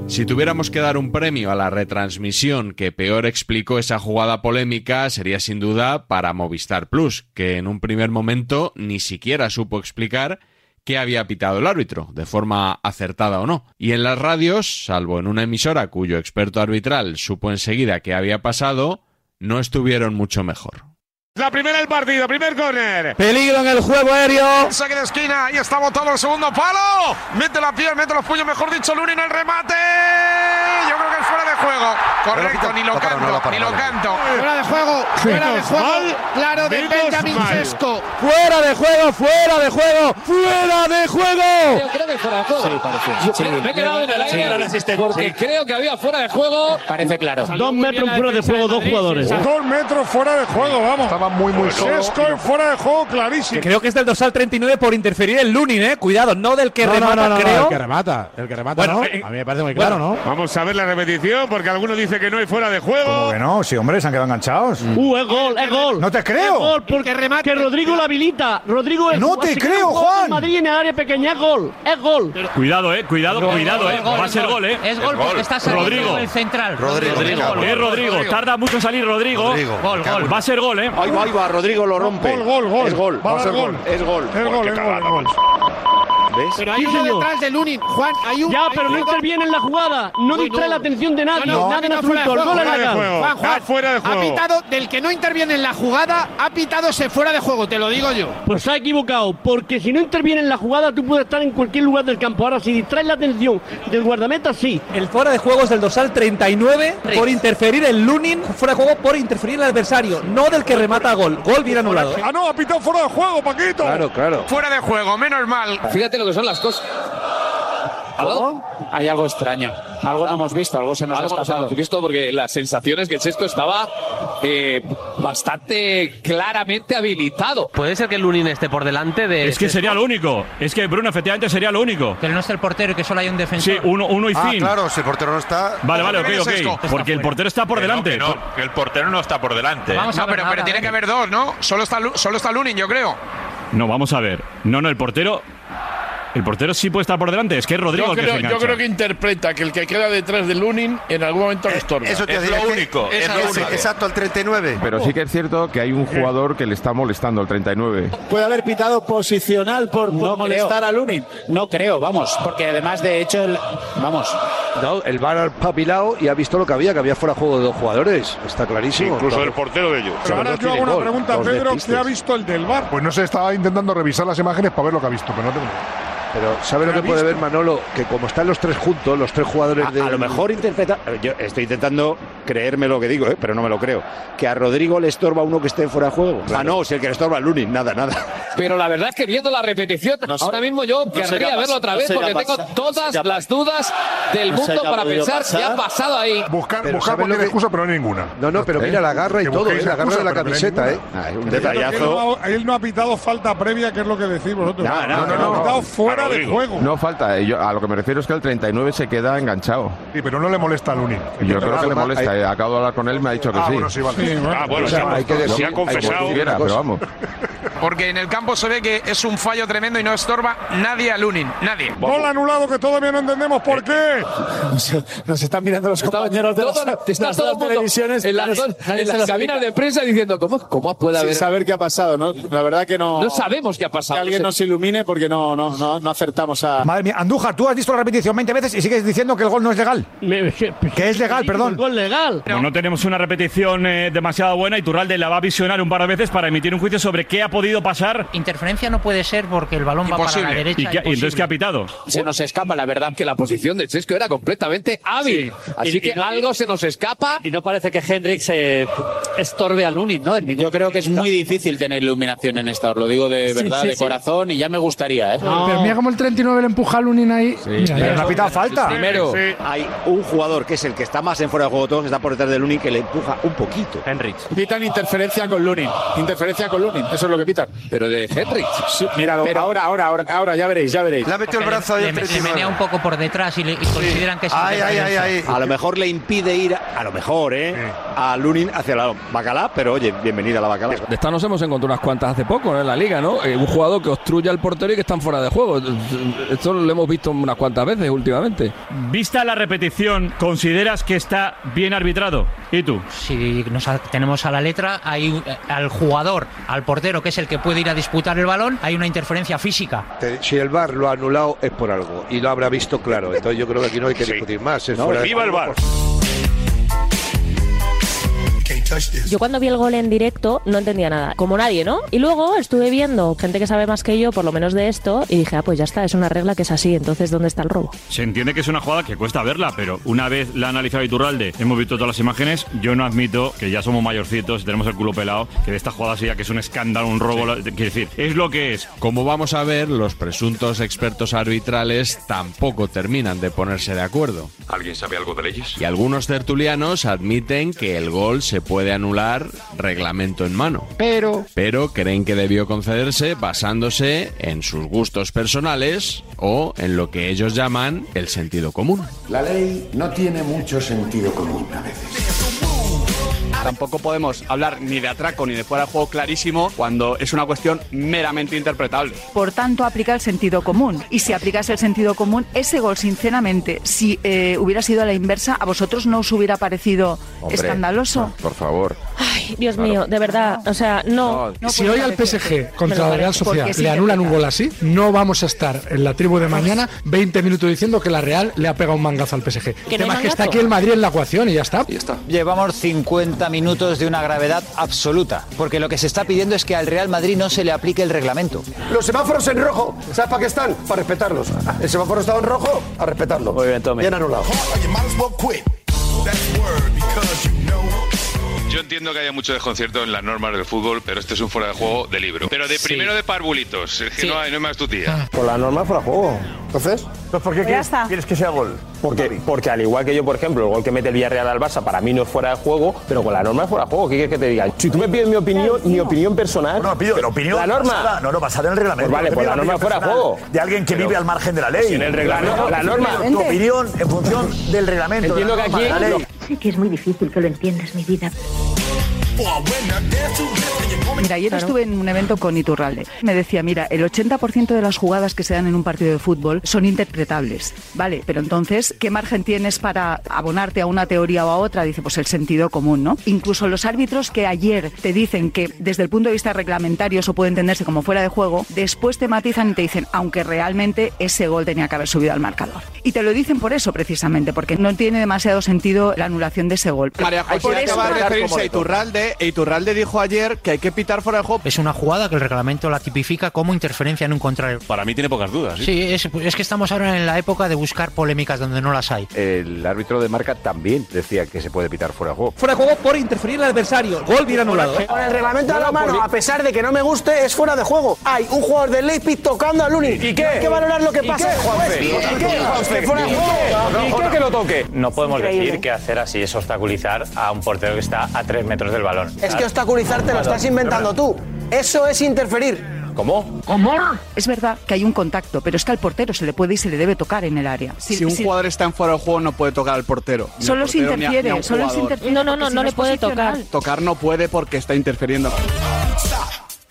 Speaker 6: Si tuviéramos que dar un premio a la retransmisión que peor explicó esa jugada polémica, sería sin duda para Movistar Plus, que en un primer momento ni siquiera supo explicar qué había pitado el árbitro, de forma acertada o no. Y en las radios, salvo en una emisora cuyo experto arbitral supo enseguida qué había pasado, no estuvieron mucho mejor.
Speaker 1: La primera del partido, primer córner.
Speaker 6: Peligro en el juego aéreo.
Speaker 1: Saque de esquina y está botado el segundo palo. Mete la piel, mete los puños, mejor dicho, Lunin el remate. Yo creo que es fuera de juego.
Speaker 31: juego. Correcto, ni lo canto, ni lo canto.
Speaker 32: Fuera de juego, fuera de juego. Claro, de Benjamin Sesko.
Speaker 33: Fuera de juego, fuera de juego, fuera de juego.
Speaker 7: Creo que fuera de juego. Yo me he quedado en el aire porque creo que había fuera de juego.
Speaker 33: Parece claro.
Speaker 7: Dos metros fuera de juego, dos jugadores.
Speaker 4: Dos metros fuera de juego, vamos. Estaba muy, muy Sesco en fuera de juego, clarísimo.
Speaker 34: Creo que es del dorsal 39 por interferir el Lunin, eh. Cuidado, no del que
Speaker 35: No, no,
Speaker 34: remata,
Speaker 35: no, no, no,
Speaker 34: creo.
Speaker 35: el que remata, el que remata,
Speaker 34: Bueno,
Speaker 35: ¿no?
Speaker 34: eh,
Speaker 35: A mí me parece muy claro, ¿no?
Speaker 36: Vamos a ver la repetición porque alguno dice que no hay fuera de juego.
Speaker 10: Bueno, sí, hombre, se han quedado enganchados.
Speaker 7: Uh, es gol, es gol.
Speaker 10: No te creo.
Speaker 7: Es gol porque remate. Que Rodrigo la habilita. Rodrigo es
Speaker 10: No te
Speaker 7: si queda
Speaker 10: creo,
Speaker 7: un gol
Speaker 10: Juan.
Speaker 7: del Madrid en el área pequeña es gol. Es gol.
Speaker 37: Cuidado, eh, cuidado,
Speaker 7: Gol,
Speaker 37: cuidado,
Speaker 7: gol,
Speaker 37: eh.
Speaker 7: gol,
Speaker 37: Va a ser
Speaker 7: gol.
Speaker 37: gol, eh.
Speaker 7: Es gol porque está saliendo
Speaker 37: Rodrigo.
Speaker 7: el central.
Speaker 37: Rodrigo,
Speaker 7: Rodrigo,
Speaker 37: Rodrigo.
Speaker 7: gol.
Speaker 37: Eh, Rodrigo.
Speaker 7: Rodrigo.
Speaker 37: Tarda mucho en salir Rodrigo.
Speaker 7: Rodrigo.
Speaker 37: Gol, gol. Va a ser gol, eh.
Speaker 4: Ahí va, ahí va, Rodrigo lo rompe.
Speaker 7: Gol, gol, gol.
Speaker 4: Es gol,
Speaker 7: Va a
Speaker 4: va a ser
Speaker 7: dar
Speaker 4: gol.
Speaker 7: gol.
Speaker 4: Es gol.
Speaker 7: Es gol,
Speaker 4: Qué
Speaker 7: es
Speaker 4: cagada,
Speaker 7: gol,
Speaker 4: macho. ¿Ves?
Speaker 7: Pero hay uno detrás de Lunin. Juan, hay un. Ya, pero no interviene en la jugada. No distrae la atención de nadie. Nada en absoluto. El gol es legal.
Speaker 36: juego.
Speaker 7: Juan, Juan.
Speaker 36: Ah, fuera de
Speaker 7: Ha
Speaker 36: juego.
Speaker 7: pitado-
Speaker 32: Del que no interviene en la jugada, ha pitado ese fuera de juego, te lo digo yo.
Speaker 7: Pues se ha equivocado, porque si no interviene en la jugada, tú puedes estar en cualquier lugar del campo. Ahora, si distraes la atención del guardameta, sí.
Speaker 34: El fuera de juego es del dorsal 39 por interferir el Lunin, fuera de juego por interferir el adversario, no del que remata a gol. Gol bien anulado.
Speaker 4: Ah, no, ha pitado fuera de juego, Paquito. Claro, claro.
Speaker 31: Fuera de juego, menos mal.
Speaker 4: Fíjate lo que son las cosas. ¿Algo? Hay algo extraño. Algo no hemos visto, algo se nos ha pasado. visto porque las sensaciones que el sexto estaba eh, bastante claramente habilitado.
Speaker 10: Puede ser que el Lunin esté por delante de.
Speaker 4: Es Eh, que
Speaker 10: sería lo único. Es que Bruno, efectivamente, sería lo único. Que no es el portero y que solo hay un defensor. Sí, uno, uno
Speaker 38: Ah, claro, si el portero no está.
Speaker 10: Vale, vale, ok, ok. Porque el portero está por
Speaker 38: Que no,
Speaker 10: delante.
Speaker 38: que no, que el portero no está por delante.
Speaker 31: no, pero, pero tiene que haber dos, ¿no? Solo está, Lu- solo está Lunin, yo creo.
Speaker 10: No, vamos a ver. No, no, el portero. El portero sí puede estar por delante. Es que es Rodrigo
Speaker 6: Yo
Speaker 10: el que
Speaker 6: creo,
Speaker 10: se
Speaker 6: yo
Speaker 10: engancha.
Speaker 6: creo que interpreta que el que queda detrás de Lunin en algún momento le estorba.
Speaker 38: Eh, Eso te decía, que- es lo único. Exacto, el 39.
Speaker 6: Pero sí que es cierto que hay un jugador que le está molestando al 39.
Speaker 10: Puede haber pitado posicional por, molestar a Lunin. No creo, vamos. Porque además, de hecho, vamos.
Speaker 9: el VAR al papilao y ha visto lo que había, que había fuera de juego de dos jugadores. Está clarísimo.
Speaker 1: Incluso el
Speaker 6: portero de ellos.
Speaker 1: Pero ahora yo hago una pregunta, Pedro, ¿qué ha visto el del bar?
Speaker 6: Pues no sé, estaba intentando revisar las imágenes para ver lo que ha visto, pero no tengo.
Speaker 9: Pero ¿sabe lo que puede ver Manolo? Que como están los tres juntos, los tres jugadores de...
Speaker 3: A lo mejor interpreta. eh, Yo estoy intentando creerme lo que digo, ¿eh? pero no me lo creo. Que a Rodrigo le estorba uno que esté fuera de juego. Ah, no, si el que le estorba a Lunin, nada, nada.
Speaker 4: Pero la verdad es que viendo la repetición,
Speaker 3: sé.
Speaker 4: ahora mismo yo
Speaker 3: No sé qué
Speaker 4: querría
Speaker 3: ha
Speaker 4: verlo
Speaker 3: pasado,
Speaker 4: otra
Speaker 3: no
Speaker 4: vez
Speaker 3: sé qué
Speaker 4: porque
Speaker 3: ha
Speaker 4: tengo
Speaker 3: pasado,
Speaker 4: todas las dudas del
Speaker 3: No sé
Speaker 4: mundo
Speaker 3: qué ha
Speaker 4: para
Speaker 3: podido
Speaker 4: pensar qué
Speaker 3: pasar.
Speaker 4: ha pasado ahí.
Speaker 1: Buscar,
Speaker 6: Pero
Speaker 1: buscar
Speaker 6: ¿sabes
Speaker 1: porque
Speaker 6: lo que-
Speaker 1: excusa, pero no hay ninguna.
Speaker 6: No, no, pero
Speaker 1: ¿Eh?
Speaker 6: mira la garra y
Speaker 1: Que
Speaker 6: todo,
Speaker 1: busquéis
Speaker 6: ¿eh? La garra
Speaker 1: excusa,
Speaker 6: de la
Speaker 1: pero no hay
Speaker 6: camiseta,
Speaker 1: ninguna.
Speaker 6: ¿eh? Ah, es un
Speaker 1: Yo creo que
Speaker 6: detallazo.
Speaker 1: Él no, ha, él no ha pitado falta previa, que es lo que decís vosotros. ha pitado fuera de juego.
Speaker 6: No falta. eh, yo- a lo que me refiero es que el 39 se queda enganchado.
Speaker 1: Sí, pero no le molesta al Lunin.
Speaker 6: Yo creo que le molesta. eh, Acabo de hablar con él, me ha dicho que
Speaker 1: Ah,
Speaker 6: sí.
Speaker 1: bueno, sí, vale. Sí, bueno. Ah, bueno,
Speaker 6: O sea,
Speaker 1: sí,
Speaker 6: hay que
Speaker 1: sí,
Speaker 6: decir-
Speaker 1: ha
Speaker 6: hay que
Speaker 1: confesado.
Speaker 6: decir era, pero vamos.
Speaker 36: Porque en el campo se ve que es un fallo tremendo y no estorba nadie a Lunin. Nadie.
Speaker 1: Gol anulado que todavía no entendemos por qué.
Speaker 10: Nos están mirando los compañeros
Speaker 4: Todo- está todo el mundo en las, en las cabinas de prensa diciendo cómo, cómo puede haber
Speaker 10: saber qué ha pasado, ¿no? La verdad que no.
Speaker 4: No sabemos qué ha pasado.
Speaker 10: Que alguien
Speaker 4: No
Speaker 10: nos ilumine porque no, no, no, no acertamos a.
Speaker 3: Madre mía, Andújar, tú has visto la repetición 20 veces y sigues diciendo que el gol no es legal. que es legal, perdón.
Speaker 4: Gol legal.
Speaker 10: Como no tenemos una repetición eh, demasiado buena, Iturralde la va a visionar un par de veces para emitir un juicio sobre qué ha podido pasar.
Speaker 3: Interferencia no puede ser porque el balón va para la derecha.
Speaker 10: ¿Y, qué- y entonces qué ha pitado?
Speaker 4: Se nos escapa, la verdad, que la posición de Chesco era completamente hábil. Así que algo se nos escapa. Y no parece que Hendrix estorbe al Lunin, ¿no? Yo creo que es muy difícil tener iluminación en esta, os lo digo de
Speaker 10: Sí,
Speaker 4: verdad,
Speaker 10: sí,
Speaker 4: de
Speaker 10: sí.
Speaker 4: corazón, y ya me gustaría, ¿eh?
Speaker 3: Pero mira como el 39 le empuja a Lunin ahí. Mira, ya.
Speaker 10: Primero.
Speaker 3: Hay un jugador que es el que está más en fuera de juego de todos, que está por detrás de Lunin, que le empuja un poquito. Henrich.
Speaker 10: Pitan interferencia con Lunin. Interferencia con Lunin. Eso es lo que pitan.
Speaker 4: Pero de Hendrix.
Speaker 10: míralo. ahora, ahora, ahora, ahora, ya veréis, ya veréis. Le ha
Speaker 3: metido el brazo ahí al 39.
Speaker 10: un poco por detrás y, consideran que
Speaker 3: A lo mejor le impide ir, a lo mejor, ¿eh? A Lunin hacia la bacalá, pero oye, bienvenida a la bacalá.
Speaker 39: De estas nos hemos encontrado unas cuantas hace poco ¿no? en la liga, ¿no? Eh, un jugador que obstruye al portero y que están fuera de juego. Esto lo hemos visto unas cuantas veces últimamente.
Speaker 10: Vista la repetición, ¿consideras que está bien arbitrado? ¿Y tú?
Speaker 3: Si nos tenemos a la letra, hay eh, al jugador, al portero, que es el que puede ir a disputar el balón, hay una interferencia física.
Speaker 10: Si el VAR lo ha anulado es por algo y lo habrá visto claro. Entonces yo creo que aquí no hay que discutir más.
Speaker 1: No, fuera de viva el juego.
Speaker 10: VAR!
Speaker 1: Can't touch this.
Speaker 30: Yo cuando vi el gol en directo no entendía nada, como nadie, ¿no? Y luego estuve viendo gente que sabe más que yo, por lo menos de esto, y dije, ah, pues ya está, es una regla que es así, entonces ¿dónde está el robo?
Speaker 10: Se entiende que es una jugada que cuesta verla, pero una vez la ha analizado Iturralde, hemos visto todas las imágenes, yo no admito que ya somos mayorcitos, tenemos el culo pelado, que de esta jugada sea que es un escándalo, un robo, la- quiero decir, es lo que es.
Speaker 6: Como vamos a ver, los presuntos expertos arbitrales tampoco terminan de ponerse de acuerdo.
Speaker 9: ¿Alguien sabe algo de leyes?
Speaker 6: Y algunos tertulianos admiten que el gol se puede anular reglamento en mano.
Speaker 9: Pero...
Speaker 6: Pero creen que debió concederse basándose en sus gustos personales o en lo que ellos llaman el sentido común.
Speaker 18: La ley no tiene mucho sentido común a veces.
Speaker 4: Tampoco podemos hablar ni de atraco ni de fuera de juego clarísimo cuando es una cuestión meramente interpretable.
Speaker 18: Por tanto, aplica el sentido común. Y si aplicas el sentido común, ese gol, sinceramente, si eh, hubiera sido a la inversa, ¿a vosotros no os hubiera parecido
Speaker 5: Hombre,
Speaker 18: escandaloso?
Speaker 5: Por favor.
Speaker 30: Ay, Dios mío, de verdad, o sea, no.
Speaker 3: si hoy al PSG contra la Real Sociedad
Speaker 30: Porque sí
Speaker 3: le
Speaker 30: que
Speaker 3: anulan un gol así, no vamos a estar en la tribu de mañana 20 minutos diciendo que la Real le ha pegado un mangazo al PSG.
Speaker 4: no hay
Speaker 3: El tema es que
Speaker 4: mangazo.
Speaker 3: está aquí el Madrid en la ecuación y ya está.
Speaker 4: Llevamos 50 minutos de una gravedad absoluta, porque lo que se está pidiendo es que al Real Madrid no se le aplique el reglamento.
Speaker 40: Los semáforos en rojo, ¿sabes para qué están? Para respetarlos. Ah, El semáforo está en rojo, a respetarlo. Muy bien, Bien anulado.
Speaker 9: Yo entiendo que haya mucho desconcierto en las normas del fútbol, pero este es un fuera de juego de libro. Pero de
Speaker 40: Sí.
Speaker 9: primero de parvulitos, es que no, hay, no hay más tu tía.
Speaker 40: Con la norma fuera juego. Entonces, Pues, ¿por qué quieres, quieres que sea gol?
Speaker 41: Porque, porque al igual que yo, por ejemplo, el gol que mete el Villarreal al Barça para mí no es fuera de juego, pero con la norma es fuera de juego. ¿Qué quieres que te diga? Si tú me pides mi opinión, mi opinión personal.
Speaker 20: No, pido la opinión.
Speaker 41: La norma.
Speaker 20: basada- no, no, basada en el reglamento.
Speaker 41: Pues vale,
Speaker 20: Yo
Speaker 41: pues
Speaker 20: pido
Speaker 41: la norma
Speaker 20: opinión
Speaker 41: fuera de
Speaker 20: personal
Speaker 41: juego.
Speaker 20: De alguien que
Speaker 41: Pero-
Speaker 20: vive al margen de la ley.
Speaker 41: Si en el reglamento- la norma-
Speaker 20: Tu opinión en función del reglamento.
Speaker 41: Entiendo
Speaker 20: de la
Speaker 41: que
Speaker 20: norma,
Speaker 41: aquí-
Speaker 20: de la ley.
Speaker 18: Sé que es muy difícil que lo entiendas, mi vida. Mira, ayer
Speaker 30: Claro.
Speaker 18: estuve en un evento con Iturralde. Me decía, mira, el 80% de las jugadas que se dan en un partido de fútbol son interpretables. Vale, pero entonces, ¿qué margen tienes para abonarte a una teoría o a otra? Dice, pues el sentido común, ¿no? Incluso los árbitros que ayer te dicen que desde el punto de vista reglamentario eso puede entenderse como fuera de juego, después te matizan y te dicen, aunque realmente ese gol tenía que haber subido al marcador. Y te lo dicen por eso, precisamente, porque no tiene demasiado sentido la anulación de ese gol.
Speaker 4: María
Speaker 18: Hay por
Speaker 4: José
Speaker 18: eso-
Speaker 4: acaba de referirse a Iturralde e Iturralde dijo ayer que hay que pitar fuera de juego.
Speaker 14: Es una jugada que el reglamento la tipifica como interferencia en un contrario.
Speaker 42: Para mí tiene pocas dudas.
Speaker 14: Sí, es, es que estamos ahora en la época de buscar polémicas donde no las hay.
Speaker 5: El árbitro de marca también decía que se puede pitar fuera de juego.
Speaker 43: Fuera de juego por interferir el adversario. Gol bien anulado. ¿eh?
Speaker 4: Con el reglamento a la mano, a pesar de que no me guste, es fuera de juego. Hay un jugador del Leipzig tocando a Lunin. ¿Y
Speaker 5: qué?
Speaker 4: Hay que valorar lo que
Speaker 5: ¿Y
Speaker 4: pasa.
Speaker 5: qué, Juanfe?
Speaker 4: después. ¿Y qué, Juanfe?
Speaker 5: ¿Y
Speaker 4: Fuera de
Speaker 5: qué?
Speaker 4: juego.
Speaker 5: ¿Y qué que lo toque?
Speaker 14: No podemos
Speaker 4: Increíble.
Speaker 14: decir que hacer así es obstaculizar a un portero que está a tres metros del balón.
Speaker 4: Es que obstaculizar te lo estás inventando tú. Eso es interferir.
Speaker 5: ¿Cómo?
Speaker 18: Es verdad que hay un contacto, pero es que al portero se le puede y se le debe tocar en el área. Si-
Speaker 4: Si un
Speaker 18: si-
Speaker 4: jugador está en fuera de juego, no puede tocar al portero. Ni al
Speaker 18: Solo se
Speaker 4: portero ni a- ni a
Speaker 18: interfiere,
Speaker 4: un
Speaker 18: solo se
Speaker 4: jugador.
Speaker 18: interfiere.
Speaker 30: No, no, no,
Speaker 18: porque si
Speaker 30: no le
Speaker 18: es
Speaker 30: puede tocar.
Speaker 18: posicional.
Speaker 4: Tocar no puede porque está interfiriendo.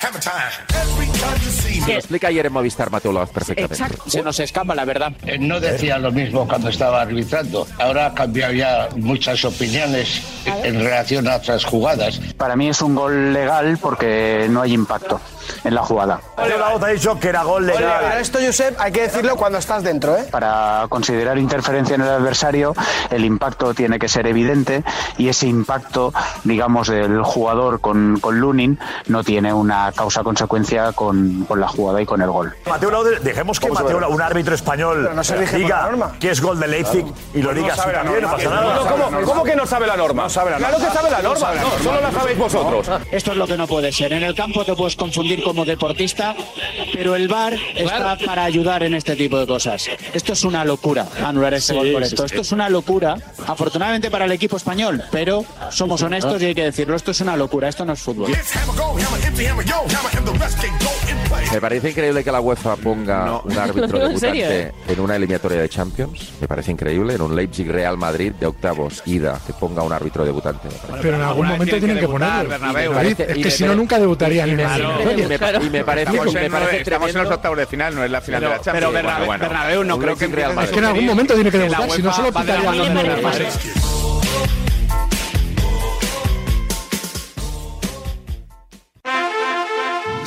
Speaker 30: Me
Speaker 44: Lo explica ayer en Movistar Mateo Laoz perfectamente.
Speaker 18: Exacto.
Speaker 44: Se nos escapa la verdad. Eh, No decía lo mismo cuando estaba arbitrando. Ahora ha cambiado ya muchas opiniones en relación a otras jugadas.
Speaker 4: Para mí es un gol legal porque no hay impacto en la jugada.
Speaker 20: Mateo Laoz ha dicho que era gol legal.
Speaker 4: esto, Josep, hay que decirlo cuando estás dentro, ¿eh? Para considerar interferencia en el adversario, el impacto tiene que ser evidente y ese impacto, digamos, del jugador con, con Lunin no tiene una causa-consecuencia con, con la jugada y con el gol.
Speaker 20: Mateo Laoz, dejemos que Mateo Laoz, un árbitro español,
Speaker 4: Pero no se rige por la
Speaker 20: diga
Speaker 4: norma. Pues
Speaker 20: que es gol de Leipzig y lo
Speaker 4: No
Speaker 20: diga así
Speaker 4: sabe la
Speaker 20: también, no
Speaker 4: norma.
Speaker 20: pasa
Speaker 4: No,
Speaker 20: nada.
Speaker 4: no, ¿cómo-
Speaker 5: ¿Cómo que no sabe la norma? claro que sabe la norma. no, solo la sabéis vosotros.
Speaker 14: Esto es lo que no puede ser. En el campo te puedes confundir como deportista, pero el VAR está para ayudar en este tipo de cosas. Esto es una locura, anular este
Speaker 4: Sí,
Speaker 14: gol por
Speaker 4: sí,
Speaker 14: esto.
Speaker 4: sí.
Speaker 14: Esto es una locura, afortunadamente para el equipo español, pero somos honestos y hay que decirlo, esto es una locura, esto no es fútbol.
Speaker 42: Me parece increíble que la UEFA ponga un
Speaker 14: Lo
Speaker 42: árbitro
Speaker 14: digo en
Speaker 42: debutante
Speaker 14: serio,
Speaker 42: en una eliminatoria de Champions. Me parece increíble. En un Leipzig Real Madrid de octavos ida que ponga un árbitro debutante. me parece.
Speaker 3: Pero en algún momento tienen que ponerlo.
Speaker 42: Bernabéu.
Speaker 3: David,
Speaker 42: Y me
Speaker 3: es que
Speaker 42: parece-
Speaker 3: si no, nunca debutaría en el
Speaker 42: y me- y me parece-
Speaker 3: Estamos
Speaker 42: me
Speaker 3: en
Speaker 42: parece
Speaker 3: nueve- estamos en
Speaker 42: tremendo.
Speaker 3: los
Speaker 4: octavos de final, no es la
Speaker 42: final de la Champions.
Speaker 4: Pero
Speaker 42: Sí, bueno,
Speaker 4: Bernabéu,
Speaker 42: bueno.
Speaker 4: Bernabéu no
Speaker 42: Un
Speaker 4: creo que
Speaker 42: Leipzig
Speaker 4: empieces a
Speaker 42: Real Madrid. Es que en algún
Speaker 4: sugerir
Speaker 3: momento tiene que
Speaker 4: la
Speaker 3: debutar, si no,
Speaker 4: UEFA
Speaker 3: solo
Speaker 4: va de la
Speaker 3: pitaría
Speaker 4: mano
Speaker 3: el
Speaker 4: del
Speaker 3: Real
Speaker 4: Real
Speaker 3: Madrid.
Speaker 4: Madrid.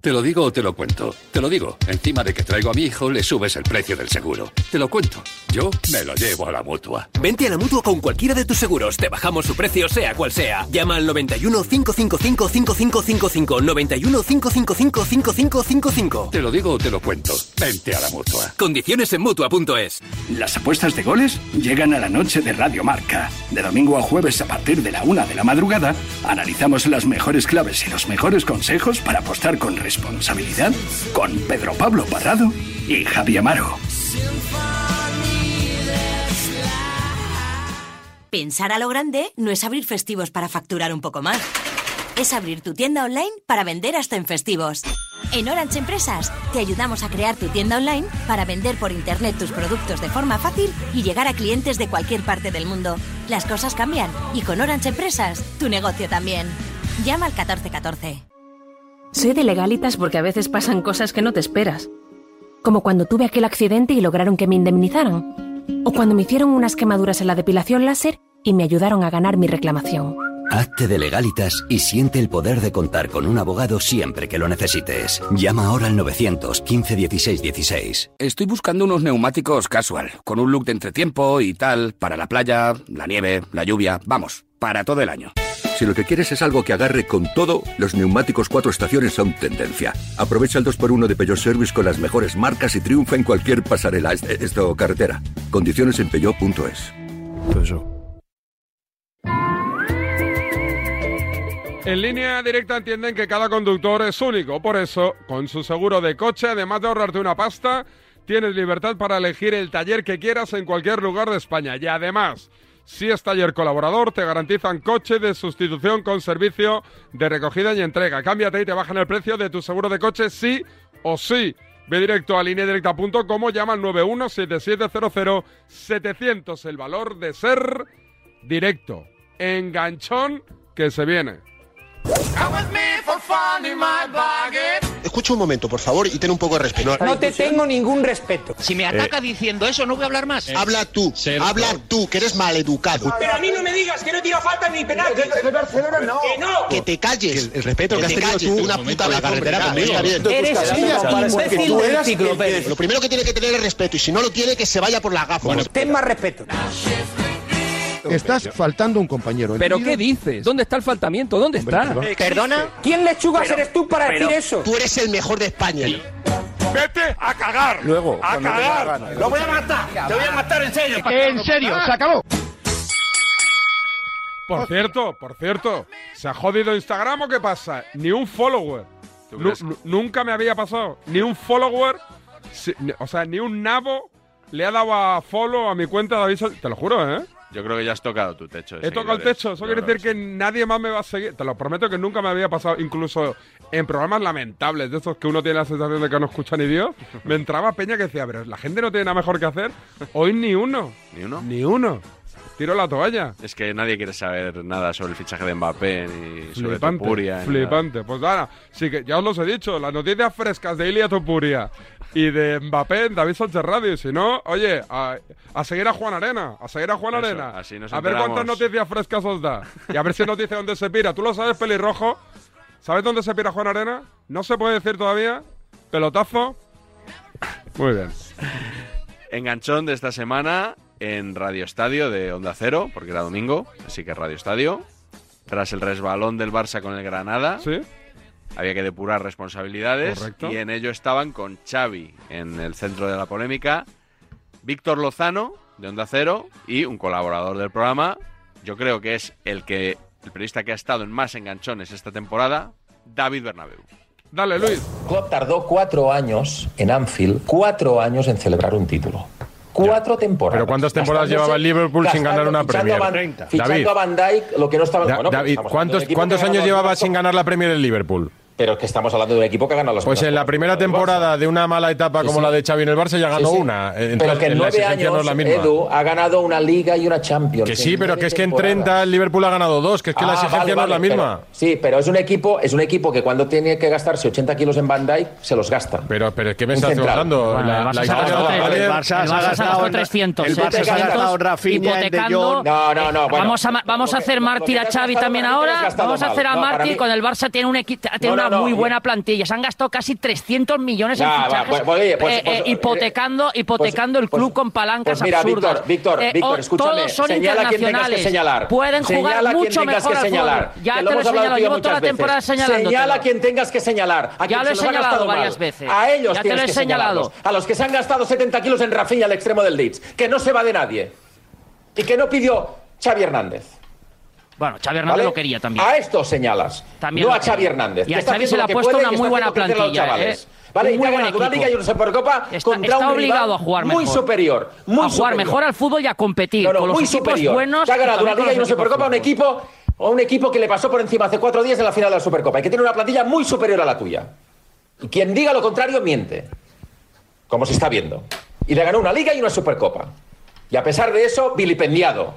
Speaker 45: Te lo digo o te lo cuento. Te lo digo. Encima de que traigo a mi hijo, le subes el precio del seguro. Te lo cuento. Yo me lo llevo a la mutua.
Speaker 4: Vente a la mutua con cualquiera de tus seguros. Te bajamos su precio, sea cual sea. Llama al 91 555 5555. 91 555 5555.
Speaker 45: Te lo digo o te lo cuento. Vente a la mutua.
Speaker 4: Condiciones en mutua.es.
Speaker 20: Las apuestas de goles llegan a la noche de Radio Marca. De domingo a jueves a partir de la una de la madrugada, analizamos las mejores claves y los mejores consejos para apostar con responsabilidad con Pedro Pablo Parrado y Javi Amaro. Pensar a lo grande no es abrir festivos para facturar un poco más. Es abrir tu tienda online para vender hasta en festivos. En Orange Empresas te ayudamos a crear tu tienda online para vender por internet tus productos de forma fácil y llegar a clientes de cualquier parte del mundo. Las cosas cambian y con Orange Empresas tu negocio también. Llama al 1414.
Speaker 19: Soy de legalitas porque a veces pasan cosas que no te esperas. Como cuando tuve aquel accidente y lograron que me indemnizaran. O cuando me hicieron unas quemaduras en la depilación láser y me ayudaron a ganar mi reclamación.
Speaker 46: Hazte de legalitas y siente el poder de contar con un abogado siempre que lo necesites. Llama ahora al 915 16 16.
Speaker 47: Estoy buscando unos neumáticos casual, con un look de entretiempo y tal, para la playa, la nieve, la lluvia, vamos, para todo el año.
Speaker 1: Si lo que quieres es algo que agarre con todo, los neumáticos cuatro estaciones son tendencia. Aprovecha el 2x1 de Peugeot Service con las mejores marcas y triunfa en cualquier pasarela, es- esto carretera. Condiciones en peugeot.es. En línea directa entienden que cada conductor es único, por eso, con su seguro de coche, además de ahorrarte una pasta, tienes libertad para elegir el taller que quieras en cualquier lugar de España. Y además, si es taller colaborador, te garantizan coche de sustitución con servicio de recogida y entrega. Cámbiate y te bajan el precio de tu seguro de coche sí o sí. Ve directo a lineadirecta.com o llama al 917700700. El valor de ser directo. Enganchón que se viene.
Speaker 3: Escucha un momento, por favor, y ten un poco de respeto.
Speaker 1: No te tengo ningún respeto. Si
Speaker 48: Eh.
Speaker 1: me
Speaker 3: ataca
Speaker 1: diciendo eso, no voy a hablar más.
Speaker 3: Habla tú, habla tú, que eres maleducado.
Speaker 1: a mí no me digas que no tira falta ni penal.
Speaker 3: De Barcelona no. Que no. Que te calles. El, respeto que te has tenido calles. tú, una puta la carretera conmigo. Está bien. Eres Tú un estás- imbécil Tú del eras ciclo, el- Pérez. Lo primero que tiene que tener es respeto y si no lo tiene que se vaya por las gafas. ten más respeto.
Speaker 48: Estás faltando a un compañero. ¿Pero qué dices? ¿Dónde está el faltamiento? ¿Dónde está?
Speaker 3: ¿Perdona?
Speaker 1: ¿Quién lechuga
Speaker 3: Pero-
Speaker 1: eres tú para
Speaker 3: pero-
Speaker 1: decir eso?
Speaker 3: Tú eres el mejor de España.
Speaker 1: Vete a cagar. Luego. A cagar. Lo voy a matar. Te voy a matar en serio. En serio, se acabó. Hostia. Por cierto, por cierto, ¿se ha jodido Instagram o qué pasa? Ni un follower. Nu-
Speaker 49: crees?
Speaker 1: nu- nunca me había pasado. Ni un follower, si- ni- o sea, ni un nabo le ha dado a follow a mi cuenta de aviso. Te lo juro, ¿eh?
Speaker 6: Yo creo que ya has tocado tu techo. de
Speaker 1: He tocado el
Speaker 6: seguidores.
Speaker 1: techo. Eso
Speaker 6: Yo
Speaker 1: quiere
Speaker 6: creo
Speaker 1: decir que nadie más me va a seguir. Te lo prometo que nunca me había pasado. Incluso en programas lamentables, de esos que uno tiene la sensación de que no escucha ni Dios, me entraba peña que decía, pero la gente no tiene nada mejor que hacer. Hoy ni uno.
Speaker 6: ¿Ni uno?
Speaker 1: Ni uno. Tiro la toalla.
Speaker 6: Es que nadie quiere saber nada sobre el fichaje de Mbappé ni sobre
Speaker 1: Flipante,
Speaker 6: Topuria. ni
Speaker 1: flipante. Pues ahora, sí que ya os los he dicho, las noticias frescas de Ilia Topuria y de Mbappé en David Sánchez Radio. Y Si no, oye, a, a seguir a Juan Arena, a seguir a Juan
Speaker 6: Eso,
Speaker 1: Arena.
Speaker 6: así nos
Speaker 1: a ver
Speaker 6: enteramos.
Speaker 1: cuántas noticias frescas os da. Y a ver si nos dice dónde se pira. Tú lo sabes, pelirrojo. ¿Sabes dónde se pira Juan Arena? No se puede decir todavía. Pelotazo. Muy bien.
Speaker 6: Enganchón de esta semana en Radio Estadio de Onda Cero, porque era domingo, así que Radio Estadio. Tras el resbalón del Barça con el Granada, había que depurar responsabilidades
Speaker 1: Correcto.
Speaker 6: y en ello estaban con Xavi en el centro de la polémica, Víctor Lozano de Onda Cero y un colaborador del programa, yo creo que es el que el periodista que ha estado en más enganchones esta temporada, David Bernabeu.
Speaker 1: Dale, Luis.
Speaker 4: Klopp tardó cuatro años en Anfield, cuatro años en celebrar un título. Cuatro temporadas.
Speaker 50: Pero ¿cuántas temporadas llevaba el Liverpool sin ganar una Premier?
Speaker 4: David. Fichando a Van Dijk, lo que no estaba.
Speaker 50: Da-
Speaker 4: bueno, pues
Speaker 50: David,
Speaker 4: estamos hablando de un
Speaker 50: ¿cuántos,
Speaker 4: equipo
Speaker 50: cuántos
Speaker 4: que ha
Speaker 50: años
Speaker 4: ganado
Speaker 50: llevaba
Speaker 4: el
Speaker 50: sin ganar la Premier el Liverpool?
Speaker 4: Pero es que estamos hablando de un equipo que ha ganado las
Speaker 50: Pues
Speaker 4: otras
Speaker 50: en la
Speaker 4: cuatro.
Speaker 50: primera temporada de una mala etapa
Speaker 4: Sí,
Speaker 50: como
Speaker 4: sí.
Speaker 50: la de Xavi en el Barça ya ganó
Speaker 4: Sí, sí.
Speaker 50: una. Entonces,
Speaker 4: pero que en
Speaker 50: la
Speaker 4: nueve
Speaker 50: exigencia
Speaker 4: años,
Speaker 50: no es la misma.
Speaker 4: Edu ha ganado una Liga y una Champions.
Speaker 50: que sí, pero
Speaker 4: nueve
Speaker 50: que es que en
Speaker 4: temporadas.
Speaker 50: 30 el Liverpool ha ganado dos, que es que la
Speaker 4: Ah,
Speaker 50: exigencia
Speaker 4: vale,
Speaker 50: no es la
Speaker 4: vale,
Speaker 50: misma.
Speaker 4: pero- sí, pero es un equipo, es un equipo que cuando tiene que gastarse 80 kilos en Van Dijk, se los gasta.
Speaker 50: Pero, pero es que me estás preguntando? La- la historia de la Premier-
Speaker 15: gastado 300,
Speaker 4: el Barça se ha
Speaker 15: 600,
Speaker 4: gastado en Rafinha, en De Jong.
Speaker 15: hipotecando.
Speaker 4: No, no, no, bueno.
Speaker 15: vamos a, ma- vamos a hacer mártir a Xavi también ahora.
Speaker 4: gastado
Speaker 15: Vamos a
Speaker 4: mal.
Speaker 15: hacer a
Speaker 4: No, para
Speaker 15: mártir
Speaker 4: mí-
Speaker 15: con el Barça. Tiene, un equi- tiene
Speaker 4: No, no,
Speaker 15: una
Speaker 4: no,
Speaker 15: muy
Speaker 4: yo-
Speaker 15: buena plantilla. Se han gastado casi 300 millones en
Speaker 4: Ya, va,
Speaker 15: fichajes.
Speaker 4: pues, pues, oye, pues,
Speaker 15: eh,
Speaker 4: pues,
Speaker 15: eh, hipotecando hipotecando el club con palancas
Speaker 4: Pues mira,
Speaker 15: absurdas.
Speaker 4: Víctor, Víctor,
Speaker 15: Eh,
Speaker 4: Víctor,
Speaker 15: o-
Speaker 4: escúchame.
Speaker 15: Todos son
Speaker 4: señala a quien tengas
Speaker 15: internacionales.
Speaker 4: que señalar.
Speaker 15: Pueden jugar
Speaker 4: Señala a quien
Speaker 15: mucho
Speaker 4: tengas
Speaker 15: mejor
Speaker 4: que
Speaker 15: al
Speaker 4: señalar.
Speaker 15: fútbol. Ya
Speaker 4: que lo
Speaker 15: te lo he
Speaker 4: hemos hablado
Speaker 15: señalado.
Speaker 4: tú y yo
Speaker 15: Llevo toda la
Speaker 4: muchas veces.
Speaker 15: temporada señalándotelo.
Speaker 4: Señala a quien tengas que señalar. A quien
Speaker 15: Ya lo he
Speaker 4: se los ha
Speaker 15: señalado
Speaker 4: gastado mal.
Speaker 15: varias veces.
Speaker 4: A ellos
Speaker 15: Ya te lo
Speaker 4: tienes
Speaker 15: he
Speaker 4: que
Speaker 15: señalado.
Speaker 4: señalarlos. A los que se han gastado 70 kilos en Rafinha al extremo del Leeds. Que no se va de nadie. Y que no pidió Xavi Hernández.
Speaker 15: Bueno, Xavi Hernández
Speaker 4: ¿Vale?
Speaker 15: lo quería también.
Speaker 4: A estos señalas.
Speaker 15: También
Speaker 4: no
Speaker 15: lo
Speaker 4: a Xavi
Speaker 15: quería.
Speaker 4: Hernández.
Speaker 15: Y
Speaker 4: que
Speaker 15: a
Speaker 4: está
Speaker 15: Xavi se
Speaker 4: haciendo
Speaker 15: le ha
Speaker 4: que
Speaker 15: puesto
Speaker 4: puede y
Speaker 15: una
Speaker 4: que
Speaker 15: muy
Speaker 4: está
Speaker 15: buena
Speaker 4: haciendo crecer a los
Speaker 15: plantilla,
Speaker 4: chavales.
Speaker 15: ¿eh?
Speaker 4: Vale,
Speaker 15: Un
Speaker 4: y
Speaker 15: muy
Speaker 4: ya
Speaker 15: buen
Speaker 4: gana una
Speaker 15: equipo.
Speaker 4: liga y una supercopa
Speaker 15: Está,
Speaker 4: contra
Speaker 15: está
Speaker 4: un rival
Speaker 15: obligado a jugar
Speaker 4: muy
Speaker 15: mejor.
Speaker 4: superior, muy
Speaker 15: a jugar
Speaker 4: superior.
Speaker 15: mejor al fútbol y a competir
Speaker 4: No,
Speaker 15: con
Speaker 4: no,
Speaker 15: los
Speaker 4: muy
Speaker 15: equipos
Speaker 4: superior.
Speaker 15: buenos.
Speaker 4: que ha
Speaker 15: y
Speaker 4: ganado una
Speaker 15: también con
Speaker 4: liga y una
Speaker 15: los equipos
Speaker 4: supercopa a un equipo, a un equipo que le pasó por encima hace cuatro días en la final de la supercopa y que tiene una plantilla muy superior a la tuya. Y quien diga lo contrario miente, como se está viendo. Y le ganó una liga y una supercopa. Y a pesar de eso, vilipendiado.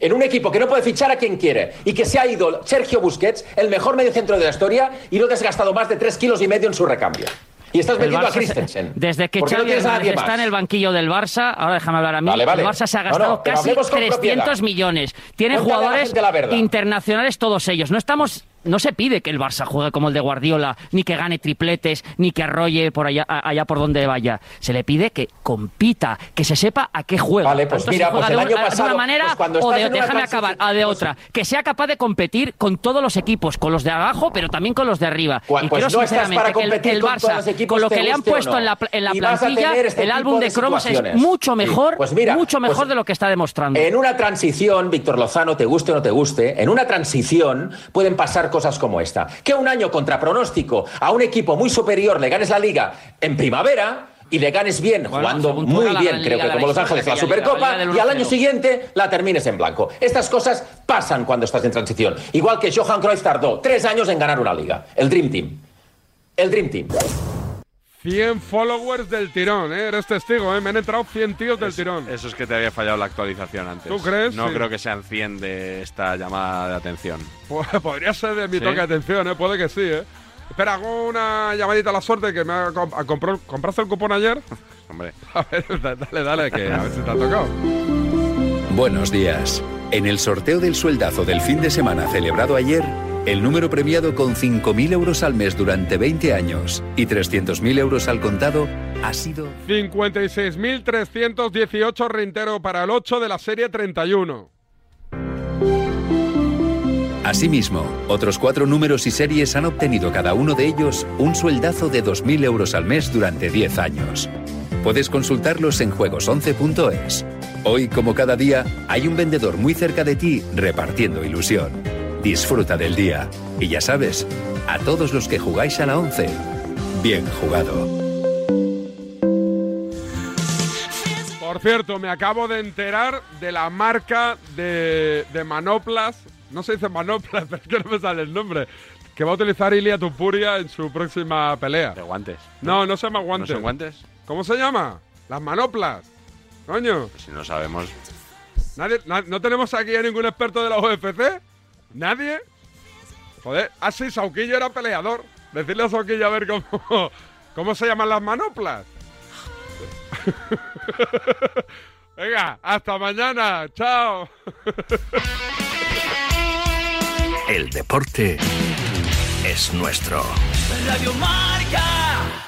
Speaker 4: En un equipo que no puede fichar a quien quiere y que se ha ido Sergio Busquets, el mejor mediocentro de la historia, y no te has gastado más de tres kilos y medio en su recambio. Y estás
Speaker 15: El
Speaker 4: metiendo a
Speaker 15: Barça se-
Speaker 4: Christensen.
Speaker 15: Desde que
Speaker 4: ¿Por qué no
Speaker 15: Xavi
Speaker 4: tienes a
Speaker 15: Hernández
Speaker 4: nadie
Speaker 15: está
Speaker 4: más?
Speaker 15: en el banquillo del Barça, ahora déjame hablar a mí,
Speaker 4: Vale, vale.
Speaker 15: el Barça se ha
Speaker 4: No,
Speaker 15: gastado
Speaker 4: no, pero
Speaker 15: casi
Speaker 4: hablemos con
Speaker 15: 300
Speaker 4: propiedad.
Speaker 15: millones.
Speaker 4: Cuéntale
Speaker 15: Tiene
Speaker 4: a la
Speaker 15: jugadores
Speaker 4: gente la verdad.
Speaker 15: internacionales todos ellos. No estamos no se pide que el Barça juegue como el de Guardiola, ni que gane tripletes, ni que arrolle por allá, a- allá por donde vaya. Se le pide que compita, que se sepa a qué juega.
Speaker 4: Vale, pues
Speaker 15: Tanto
Speaker 4: mira,
Speaker 15: si
Speaker 4: pues
Speaker 15: juega de
Speaker 4: el
Speaker 15: un-
Speaker 4: año
Speaker 15: de
Speaker 4: pasado,
Speaker 15: una manera
Speaker 4: pues cuando
Speaker 15: o
Speaker 4: estás
Speaker 15: de
Speaker 4: en una
Speaker 15: déjame
Speaker 4: transición-
Speaker 15: acabar, a de otra, que sea capaz de competir con todos los equipos, con los de abajo, pero también con los de arriba. y
Speaker 4: pues
Speaker 15: creo
Speaker 4: no estás
Speaker 15: sinceramente
Speaker 4: para
Speaker 15: que el-
Speaker 4: competir
Speaker 15: el
Speaker 4: con
Speaker 15: Barça,
Speaker 4: todos los equipos,
Speaker 15: con lo
Speaker 4: te
Speaker 15: que le han
Speaker 4: guste o
Speaker 15: puesto
Speaker 4: no.
Speaker 15: en la, pla- en la
Speaker 4: Y vas a
Speaker 15: plantilla,
Speaker 4: tener este
Speaker 15: el
Speaker 4: tipo
Speaker 15: álbum de,
Speaker 4: de
Speaker 15: cromos es
Speaker 4: situaciones.
Speaker 15: mucho mejor,
Speaker 4: Sí, pues mira,
Speaker 15: mucho mejor
Speaker 4: pues-
Speaker 15: de lo que está demostrando.
Speaker 4: En una transición, Víctor Lozano, te guste o no te guste, en una transición pueden pasar cosas como esta. Que un año contra pronóstico a un equipo muy superior le ganes la liga en primavera y le ganes bien, jugando
Speaker 15: según
Speaker 4: muy
Speaker 15: juega la
Speaker 4: bien,
Speaker 15: gran
Speaker 4: creo
Speaker 15: liga
Speaker 4: que
Speaker 15: de
Speaker 4: como
Speaker 15: la
Speaker 4: Los Ángeles, la
Speaker 15: historia, que ya
Speaker 4: Supercopa,
Speaker 15: liga, la liga del
Speaker 4: y al año
Speaker 15: 1-0.
Speaker 4: siguiente la termines en blanco. Estas cosas pasan cuando estás en transición. Igual que Johan Cruyff tardó tres años en ganar una liga. El Dream Team. El Dream Team.
Speaker 1: 100 followers del tirón, ¿eh? Eres testigo, ¿eh? Me han entrado 100 tíos del tirón.
Speaker 6: Eso es que te había fallado la actualización antes.
Speaker 1: ¿Tú crees?
Speaker 6: No
Speaker 1: Sí.
Speaker 6: creo que sean 100 de esta llamada de atención.
Speaker 1: Pues Podría ser de mi
Speaker 6: ¿Sí?
Speaker 1: toque de atención, ¿eh? Puede que sí, ¿eh? Espera, hago una llamadita a la suerte que me ha comp- a compró- ¿Compraste el cupón ayer?
Speaker 6: Hombre.
Speaker 1: A ver, da- dale, dale, que a ver si te ha tocado.
Speaker 3: Buenos días. En el sorteo del sueldazo del fin de semana celebrado ayer, el número premiado con 5.000 euros al mes durante 20 años y 300.000 euros al contado ha sido
Speaker 1: 56.318 reintero para el 8 de la serie 31.
Speaker 3: Asimismo, otros cuatro números y series han obtenido cada uno de ellos un sueldazo de 2.000 euros al mes durante 10 años. Puedes consultarlos en juegos11.es. Hoy, como cada día, hay un vendedor muy cerca de ti repartiendo ilusión. Disfruta del día. Y ya sabes, a todos los que jugáis a la 11, bien jugado.
Speaker 1: Por cierto, me acabo de enterar de la marca de, de manoplas. No se dice manoplas, pero es que no me sale el nombre. Que va a utilizar Ilia Tupuria en su próxima pelea. De
Speaker 6: guantes.
Speaker 1: No, no se llama guantes.
Speaker 6: ¿No son guantes?
Speaker 1: ¿Cómo se llama? Las manoplas. Coño.
Speaker 6: Si no sabemos.
Speaker 1: ¿Nadie- na- ¿No tenemos aquí a ningún experto de la UFC? ¿Nadie? Joder, ah, sí, Sauquillo era peleador. Decirle a Sauquillo a ver cómo, cómo se llaman las manoplas. Venga, hasta mañana. Chao.
Speaker 51: El deporte es nuestro.
Speaker 5: Radio Marca.